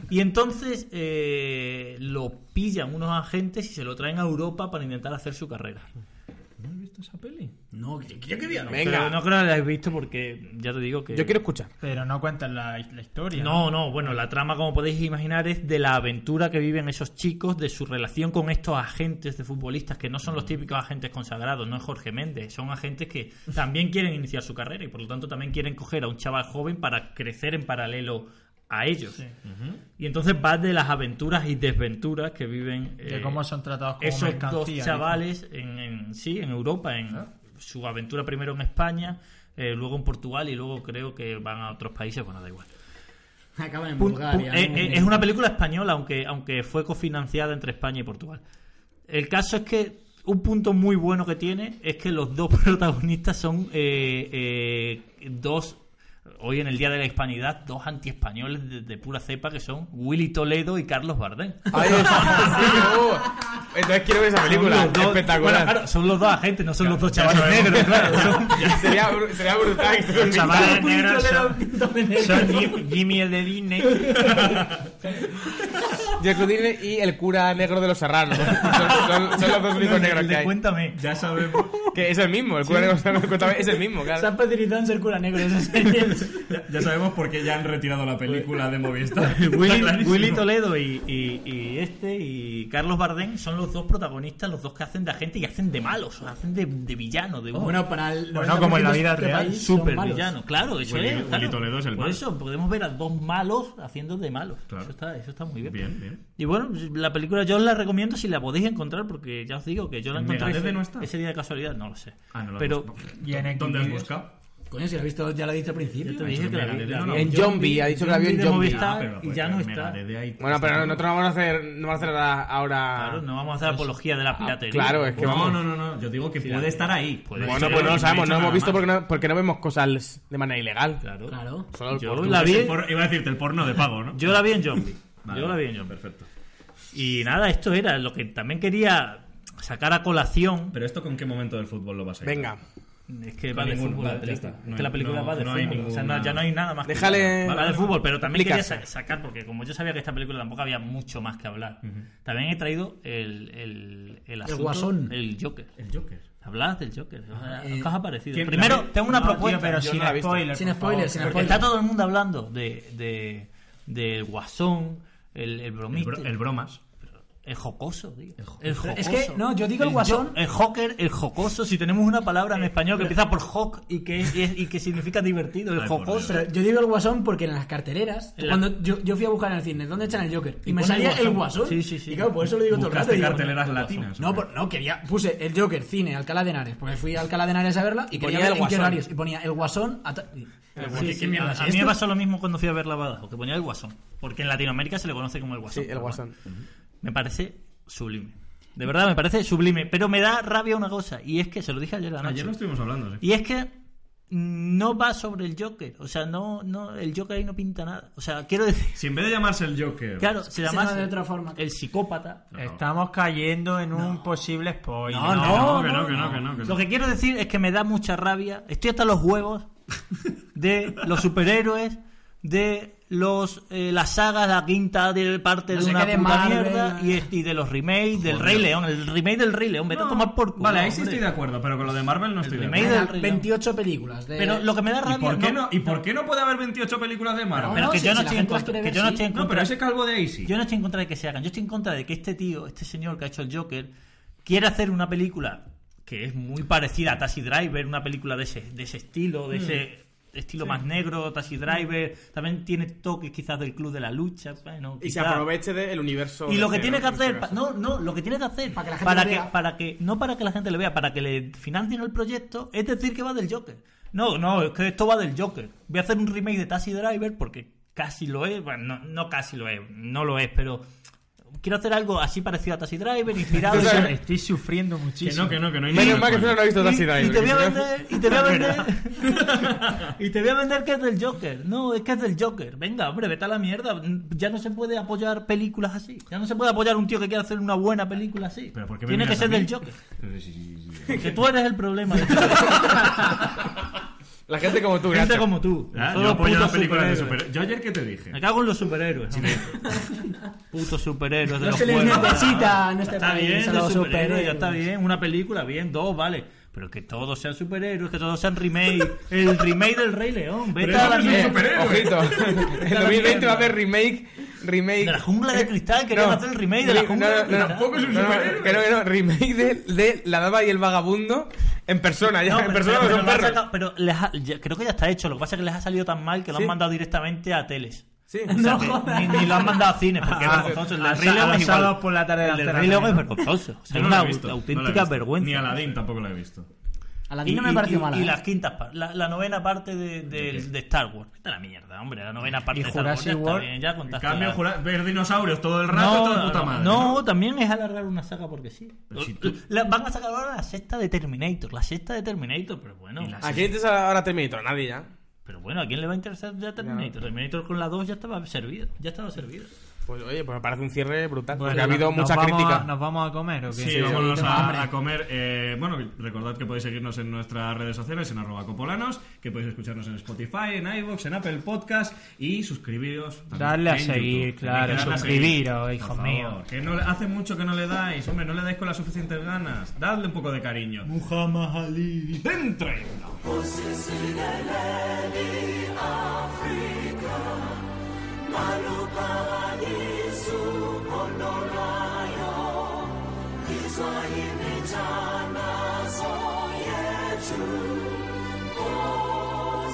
Speaker 4: Y entonces eh, lo pillan unos agentes y se lo traen a Europa para intentar hacer su carrera.
Speaker 1: ¿No has visto esa peli?
Speaker 3: No, yo qué
Speaker 4: Pero
Speaker 2: Venga,
Speaker 4: no creo que la hayas visto porque ya te digo que...
Speaker 2: yo quiero escuchar.
Speaker 5: Pero no cuentan la, la historia.
Speaker 4: No, no, bueno, la trama, como podéis imaginar, es de la aventura que viven esos chicos, de su relación con estos agentes de futbolistas, que no son los
Speaker 5: Mm.
Speaker 4: típicos agentes consagrados, no es Jorge Méndez, son agentes que también quieren iniciar su carrera y por lo tanto también quieren coger a un chaval joven para crecer en paralelo a ellos. Y entonces va de las aventuras y desventuras que viven
Speaker 5: De
Speaker 4: eh,
Speaker 5: cómo son tratados como
Speaker 4: esos dos
Speaker 5: mercancía, Ah.
Speaker 4: chavales en, en- sí en Europa en su aventura primero en España eh, luego en Portugal y luego creo que van a otros países bueno da igual
Speaker 3: Acaban en
Speaker 4: Pun-
Speaker 3: Bulgaria.
Speaker 4: pun- eh,
Speaker 3: ¿no?
Speaker 4: eh, es una película española aunque aunque fue cofinanciada entre España y Portugal el caso es que un punto muy bueno que tiene es que los dos protagonistas son eh, eh, dos hoy en el día de la hispanidad dos antiespañoles de, de pura cepa que son Willy Toledo y Carlos Bardem
Speaker 2: Ay, sí, uh. Entonces quiero ver esa película.
Speaker 4: Son los dos-
Speaker 2: Espectacular.
Speaker 4: bueno, claro, son los dos agentes, no son los dos
Speaker 1: ya
Speaker 4: chavales negros, claro. Son
Speaker 2: sería, bru- sería brutal. que
Speaker 4: los chavales
Speaker 3: Willy
Speaker 4: negros.
Speaker 3: Toledo,
Speaker 4: Son,
Speaker 3: Pintone negro.
Speaker 4: son Jim- Jimmy el de Disney.
Speaker 2: Jack O'Donnell y el cura negro de los serranos. Son, son- son los dos únicos negros
Speaker 4: El
Speaker 2: que
Speaker 4: de
Speaker 2: hay.
Speaker 4: Cuéntame.
Speaker 1: Ya sabemos.
Speaker 2: Que es el mismo, el cura negro de los serranos. Cuéntame, Es el mismo, claro.
Speaker 3: Se han patrocinado en ser cura negro esa serie.
Speaker 1: Ya, ya sabemos por qué ya han retirado la película de Movistar. Está
Speaker 4: Willy,
Speaker 1: clarísimo.
Speaker 4: Willy Toledo y, y- y este y Carlos Bardem son los dos protagonistas, los dos que hacen de agente y hacen de malos, hacen de, de villano,
Speaker 1: Oh,
Speaker 4: de un
Speaker 3: Bueno, para el
Speaker 5: Bueno, como en la
Speaker 3: 90%
Speaker 5: vida
Speaker 3: de este
Speaker 5: real,
Speaker 3: país son
Speaker 4: super
Speaker 3: malos.
Speaker 4: villano. Claro, eso
Speaker 1: Willy-
Speaker 4: es.
Speaker 1: Willy
Speaker 4: claro.
Speaker 1: Toledo es el
Speaker 4: Por
Speaker 1: malo.
Speaker 4: eso podemos ver a dos malos haciendo de malos.
Speaker 1: Claro.
Speaker 4: Eso, está, eso está muy bien.
Speaker 1: Bien, bien.
Speaker 4: Y bueno, la película yo os la recomiendo si la podéis encontrar, porque ya os digo que yo la
Speaker 1: ¿En
Speaker 4: encontré
Speaker 1: Megadeth
Speaker 4: ese,
Speaker 1: no está?
Speaker 4: ese día de casualidad, no lo sé.
Speaker 1: Ah, no lo has
Speaker 4: Pero
Speaker 1: buscado.
Speaker 5: Y en
Speaker 1: ¿Dónde has
Speaker 5: Xvideos.
Speaker 1: buscado? Ah,
Speaker 3: Coño, si lo has visto, ya lo he dicho al principio.
Speaker 4: yo te dije que la vi. la
Speaker 1: No, no,
Speaker 4: vi
Speaker 2: en Zombie, ha dicho que la vio en
Speaker 4: de
Speaker 2: Zombie.
Speaker 4: Movistar
Speaker 1: Ah, pero la
Speaker 4: y
Speaker 1: puedes
Speaker 4: ya
Speaker 1: ver,
Speaker 4: no
Speaker 1: me
Speaker 4: está.
Speaker 1: la de ahí.
Speaker 2: Bueno, pero nosotros no vamos a hacer, no vamos a hacer a- ahora.
Speaker 4: Claro, no vamos a
Speaker 1: Ah,
Speaker 4: hacer apología de la piratería.
Speaker 2: claro, es que
Speaker 1: No,
Speaker 2: vamos.
Speaker 1: no, no, no. Yo digo que puede estar ahí. Puede
Speaker 2: Bueno,
Speaker 1: estar
Speaker 2: pues no
Speaker 1: ahí,
Speaker 2: lo sabemos,
Speaker 1: he dicho
Speaker 2: no hemos
Speaker 1: nada
Speaker 2: visto
Speaker 1: más.
Speaker 2: porque no, porque no vemos cosas de manera ilegal.
Speaker 4: Claro.
Speaker 3: Claro.
Speaker 2: Solo el
Speaker 4: Yo
Speaker 2: portugués.
Speaker 4: la vi-
Speaker 1: El por- Iba a decirte el porno de pago, ¿no?
Speaker 4: Yo la vi en Zombie.
Speaker 1: Vale,
Speaker 4: Yo la vi en Zombie.
Speaker 1: Perfecto.
Speaker 4: Y nada, esto era lo que también quería sacar a colación.
Speaker 1: Pero esto con qué momento del fútbol lo vas a ir.
Speaker 2: Venga,
Speaker 4: Es que
Speaker 1: No
Speaker 4: va de
Speaker 1: ningún-
Speaker 4: fútbol
Speaker 1: va-
Speaker 4: la
Speaker 1: ya
Speaker 4: película.
Speaker 1: está.
Speaker 4: Es
Speaker 1: No
Speaker 4: que la
Speaker 1: hay-
Speaker 4: película
Speaker 1: no-
Speaker 4: va de
Speaker 1: no hay
Speaker 4: fútbol. o sea, no,
Speaker 1: ninguna-
Speaker 4: ya no hay nada más. que
Speaker 2: Déjale-
Speaker 4: hablar. va
Speaker 1: Vale,
Speaker 4: de fútbol, pero también quería
Speaker 2: explicarse.
Speaker 4: sa- sacar, porque como yo sabía que esta película tampoco había mucho más que hablar, también he traído el, el, el asunto.
Speaker 3: guasón.
Speaker 4: El Joker.
Speaker 1: El Joker.
Speaker 4: Hablad del Joker. o sea,
Speaker 3: Eh,
Speaker 4: ¿Qué os ha parecido?
Speaker 5: ¿quién-
Speaker 4: Primero,
Speaker 5: la-
Speaker 4: tengo una
Speaker 5: No, tío,
Speaker 4: propuesta.
Speaker 5: pero
Speaker 2: yo
Speaker 5: sin
Speaker 2: no la he visto.
Speaker 5: spoilers.
Speaker 3: Sin
Speaker 5: por favor.
Speaker 3: spoilers, sin
Speaker 4: Porque
Speaker 3: spoilers.
Speaker 4: está todo el mundo hablando de, de, del guasón, el, el
Speaker 1: El,
Speaker 4: bromista,
Speaker 1: bro- el bromas.
Speaker 4: el jocoso, tío. El jocoso.
Speaker 3: Es que, no, yo digo el
Speaker 4: jo-
Speaker 3: guasón.
Speaker 4: El joker, el eh, jocoso, si tenemos una palabra
Speaker 2: Eh,
Speaker 4: en español que empieza por joc y que, es- y es- y que significa divertido, el
Speaker 1: Ay, por
Speaker 4: jocoso.
Speaker 3: Pero yo digo el guasón porque en las carteleras,
Speaker 4: En la-
Speaker 3: cuando yo, yo fui a buscar en el cine, ¿dónde echan el Joker? Y,
Speaker 4: Y
Speaker 3: me
Speaker 4: pone el
Speaker 3: salía el
Speaker 4: guasón.
Speaker 3: guasón.
Speaker 4: Sí, sí, sí.
Speaker 3: Y claro, por eso lo digo todo el rato.
Speaker 1: Buscaste
Speaker 3: digo,
Speaker 1: carteleras latinas.
Speaker 3: No, por- no, quería. Puse el Joker, cine, Alcalá de Henares. Porque fui a Alcalá de Henares a verla y
Speaker 2: ponía
Speaker 3: ponía
Speaker 2: el
Speaker 3: el en qué
Speaker 2: guasón.
Speaker 3: horarios. Y ponía el guasón. A ta-
Speaker 4: Eh,
Speaker 3: Sí, sí,
Speaker 4: A-
Speaker 3: ¿es
Speaker 4: ¿Este a mí
Speaker 3: esto?
Speaker 4: me pasó lo mismo cuando fui a ver la Badajoz, que ponía el guasón. Porque en Latinoamérica se le conoce como el guasón.
Speaker 2: sí, el
Speaker 4: pero
Speaker 2: guasón.
Speaker 4: Me parece sublime. De verdad, me parece sublime. Pero me da rabia una cosa, y es que se lo dije
Speaker 3: Ah,
Speaker 4: ayer a la
Speaker 1: Ayer lo estuvimos hablando, ¿eh? sí.
Speaker 4: Y es que no va sobre el Joker. O sea, no, no, el Joker ahí no pinta nada. O sea, quiero decir.
Speaker 1: Si en vez de llamarse el Joker.
Speaker 4: Claro, se
Speaker 3: llama
Speaker 4: llama
Speaker 3: de otra forma.
Speaker 4: El psicópata.
Speaker 1: No, no.
Speaker 5: Estamos cayendo en un posible spoiler.
Speaker 3: No,
Speaker 1: No,
Speaker 3: no,
Speaker 1: que no,
Speaker 3: no,
Speaker 1: que no, que no. que no.
Speaker 4: Lo que quiero decir es que me da mucha rabia. Estoy hasta los huevos de los superhéroes, de los eh, las sagas, la quinta de parte
Speaker 3: No
Speaker 4: de
Speaker 3: sé
Speaker 4: una
Speaker 3: qué de
Speaker 4: puta
Speaker 3: Marvel, eh.
Speaker 4: mierda y, este- y de los remakes del Rey León, el remake del Rey León, vete a tomar por culo.
Speaker 1: Vale, ahí sí
Speaker 4: hombre.
Speaker 1: estoy de acuerdo, pero con lo de Marvel no estoy de
Speaker 4: remake
Speaker 1: acuerdo.
Speaker 3: Venga,
Speaker 4: del reloj.
Speaker 3: 28 películas. De...
Speaker 4: Pero lo que me da
Speaker 1: ¿Y
Speaker 4: rabia
Speaker 1: por, qué no,
Speaker 4: no-
Speaker 1: ¿Y por qué no puede haber 28 películas de Marvel?
Speaker 4: pero
Speaker 3: No,
Speaker 4: que
Speaker 3: si-
Speaker 4: yo
Speaker 3: si
Speaker 4: no
Speaker 3: la
Speaker 4: estoy en
Speaker 3: gente las
Speaker 4: contra,
Speaker 3: quiere
Speaker 4: que
Speaker 3: ver,
Speaker 4: yo no
Speaker 3: sí.
Speaker 4: estoy en
Speaker 1: No, pero
Speaker 4: contra.
Speaker 1: ese calvo de ahí sí.
Speaker 4: Yo no estoy en contra de que se hagan. Yo estoy en contra de que este tío, este señor que ha hecho el Joker, quiere hacer una película que es muy parecida a Taxi Driver, una película de ese, de ese estilo,
Speaker 2: Mm.
Speaker 4: de ese estilo más negro, Taxi Driver. También tiene toques quizás del Club de la Lucha. Bueno,
Speaker 2: Y se
Speaker 4: quizás.
Speaker 2: aproveche del universo.
Speaker 4: Y lo
Speaker 2: DC,
Speaker 4: que tiene
Speaker 2: ¿no?
Speaker 4: que
Speaker 2: En este
Speaker 4: hacer, pa-
Speaker 2: caso.
Speaker 4: no, no, lo que tiene que hacer
Speaker 3: Para que la gente
Speaker 4: para
Speaker 3: lo
Speaker 4: que,
Speaker 3: vea.
Speaker 4: para que- no para que la gente le vea, para que le financien el proyecto, es decir que va del Joker. No, no, es que esto va del Joker. Voy a hacer un remake de Taxi Driver porque casi lo es, bueno, no, no casi lo es, no lo es, pero quiero hacer algo así parecido a Taxi Driver, inspirado.
Speaker 2: Entonces,
Speaker 4: en-
Speaker 5: Estoy sufriendo
Speaker 1: Que
Speaker 5: muchísimo.
Speaker 1: no, que no, que no hay
Speaker 2: Menos
Speaker 1: ningún
Speaker 2: mal que
Speaker 1: acuerdo.
Speaker 2: Fran no ha visto Taxi
Speaker 4: y, y
Speaker 2: Driver.
Speaker 4: te voy a
Speaker 2: si no-
Speaker 4: vender, y te voy a vender, y te voy a vender que es del Joker. No, es que es del Joker. Venga, hombre, vete a la mierda. Ya no se puede apoyar películas así. Ya no se puede apoyar un tío que quiera hacer una buena película así.
Speaker 1: ¿Pero por qué me
Speaker 4: Tiene que
Speaker 1: miras a
Speaker 4: ser
Speaker 1: mí?
Speaker 4: del Joker.
Speaker 1: Sí, sí, sí, sí.
Speaker 4: Que tú eres el problema. del Joker.
Speaker 2: La gente como tú,
Speaker 4: Gente
Speaker 2: Nacho.
Speaker 4: como tú.
Speaker 1: Ah,
Speaker 4: Todos
Speaker 1: Yo apoyo
Speaker 4: putos
Speaker 1: las películas de
Speaker 4: superhéroes.
Speaker 1: super. Yo ayer que te dije.
Speaker 4: Me cago en los superhéroes. hombre. Putos superhéroes de
Speaker 3: No
Speaker 4: los
Speaker 3: se les
Speaker 4: juegos.
Speaker 3: necesita en este
Speaker 4: está
Speaker 3: país
Speaker 4: bien,
Speaker 3: a
Speaker 4: de
Speaker 3: los
Speaker 4: superhéroes, ya está
Speaker 3: superhéroes.
Speaker 4: bien. Una película, bien, dos, vale. Pero que todos sean superhéroes, que todos sean remake. El remake del Rey León. Vete
Speaker 1: Pero
Speaker 4: a la
Speaker 1: eso no es un
Speaker 4: mierda.
Speaker 1: superhéroe.
Speaker 2: Eh, Ojito. En 2020 va a haber remake. Remake.
Speaker 4: De la jungla de cristal, que van a hacer el remake de la
Speaker 2: Re-
Speaker 4: jungla de cristal.
Speaker 1: Tampoco es un
Speaker 2: no, no,
Speaker 1: superhéroe.
Speaker 2: que no, que no, remake de, de La Dama y el Vagabundo en persona, ya,
Speaker 4: No,
Speaker 2: en
Speaker 4: pero,
Speaker 2: persona
Speaker 4: pero
Speaker 2: no son
Speaker 4: lo ha
Speaker 2: perros.
Speaker 4: sacado- pero les ha- ya- creo que ya está hecho. Lo que pasa es que les ha salido tan mal que lo han
Speaker 2: Sí.
Speaker 4: mandado directamente a teles.
Speaker 2: Sí,
Speaker 4: O sea, que ni, ni lo han mandado a cines, porque
Speaker 2: Ah,
Speaker 4: vergonzoso. El
Speaker 5: a-
Speaker 4: del Rey León
Speaker 5: a
Speaker 4: es
Speaker 5: los
Speaker 4: igual.
Speaker 5: sábados por la tarde de
Speaker 4: el del
Speaker 5: antena
Speaker 4: Rey León es
Speaker 5: tres, ¿no?
Speaker 4: vergonzoso. O sea,
Speaker 1: Yo
Speaker 4: es
Speaker 1: no
Speaker 4: una
Speaker 1: la he
Speaker 4: au-
Speaker 1: visto, no la he
Speaker 4: auténtica
Speaker 1: visto.
Speaker 4: vergüenza.
Speaker 1: Ni Aladdin tampoco la he visto.
Speaker 3: A la no me pareció
Speaker 4: y-
Speaker 3: mala.
Speaker 4: y
Speaker 3: ¿eh?
Speaker 4: las quintas, par- la, la novena parte de, de- de Star Wars. Vete a la mierda, hombre. La novena parte
Speaker 5: Y
Speaker 4: de Star Wars. Ya,
Speaker 5: Jurassic
Speaker 4: está
Speaker 5: World.
Speaker 4: bien, ya
Speaker 1: En
Speaker 4: contaste.
Speaker 1: cambio,
Speaker 4: la-
Speaker 1: jura- ver dinosaurios todo el rato, toda puta madre.
Speaker 4: no,
Speaker 1: ¿no?
Speaker 4: también es alargar una saga porque sí.
Speaker 1: Pero si tú-
Speaker 4: La- van a sacar ahora la sexta de Terminator, la sexta de Terminator, pero bueno.
Speaker 1: Y la-
Speaker 2: ¿A quién te sale ahora Terminator? Nadie ya.
Speaker 4: Pero bueno, ¿a quién le va a interesar ya Terminator? Terminator con la 2 ya estaba servido, ya estaba servido.
Speaker 2: Pues oye, pues me parece un cierre brutal.
Speaker 5: Bueno,
Speaker 2: porque ha habido
Speaker 5: nos
Speaker 2: muchas
Speaker 5: vamos
Speaker 2: críticas.
Speaker 5: a- ¿Nos vamos a comer o qué?
Speaker 1: Sí, vámonos a, a comer. eh, bueno, recordad que podéis seguirnos en nuestras redes sociales, en arroba copolanos, que podéis escucharnos en Spotify, en iVoox, en Apple Podcast y suscribiros. también
Speaker 5: Darle a
Speaker 1: en
Speaker 5: seguir,
Speaker 1: YouTube.
Speaker 5: claro,
Speaker 1: Tenéis que darle a
Speaker 5: suscribiros,
Speaker 1: seguir,
Speaker 5: hijos
Speaker 1: por
Speaker 5: míos.
Speaker 1: favor, Que no, le- hace mucho que no le dais, hombre, no le dais con las suficientes ganas. Dadle un poco de cariño.
Speaker 4: Muhammad Ali.
Speaker 1: ¡Dentro!
Speaker 7: Kiswahili cha naso yetu. Oh,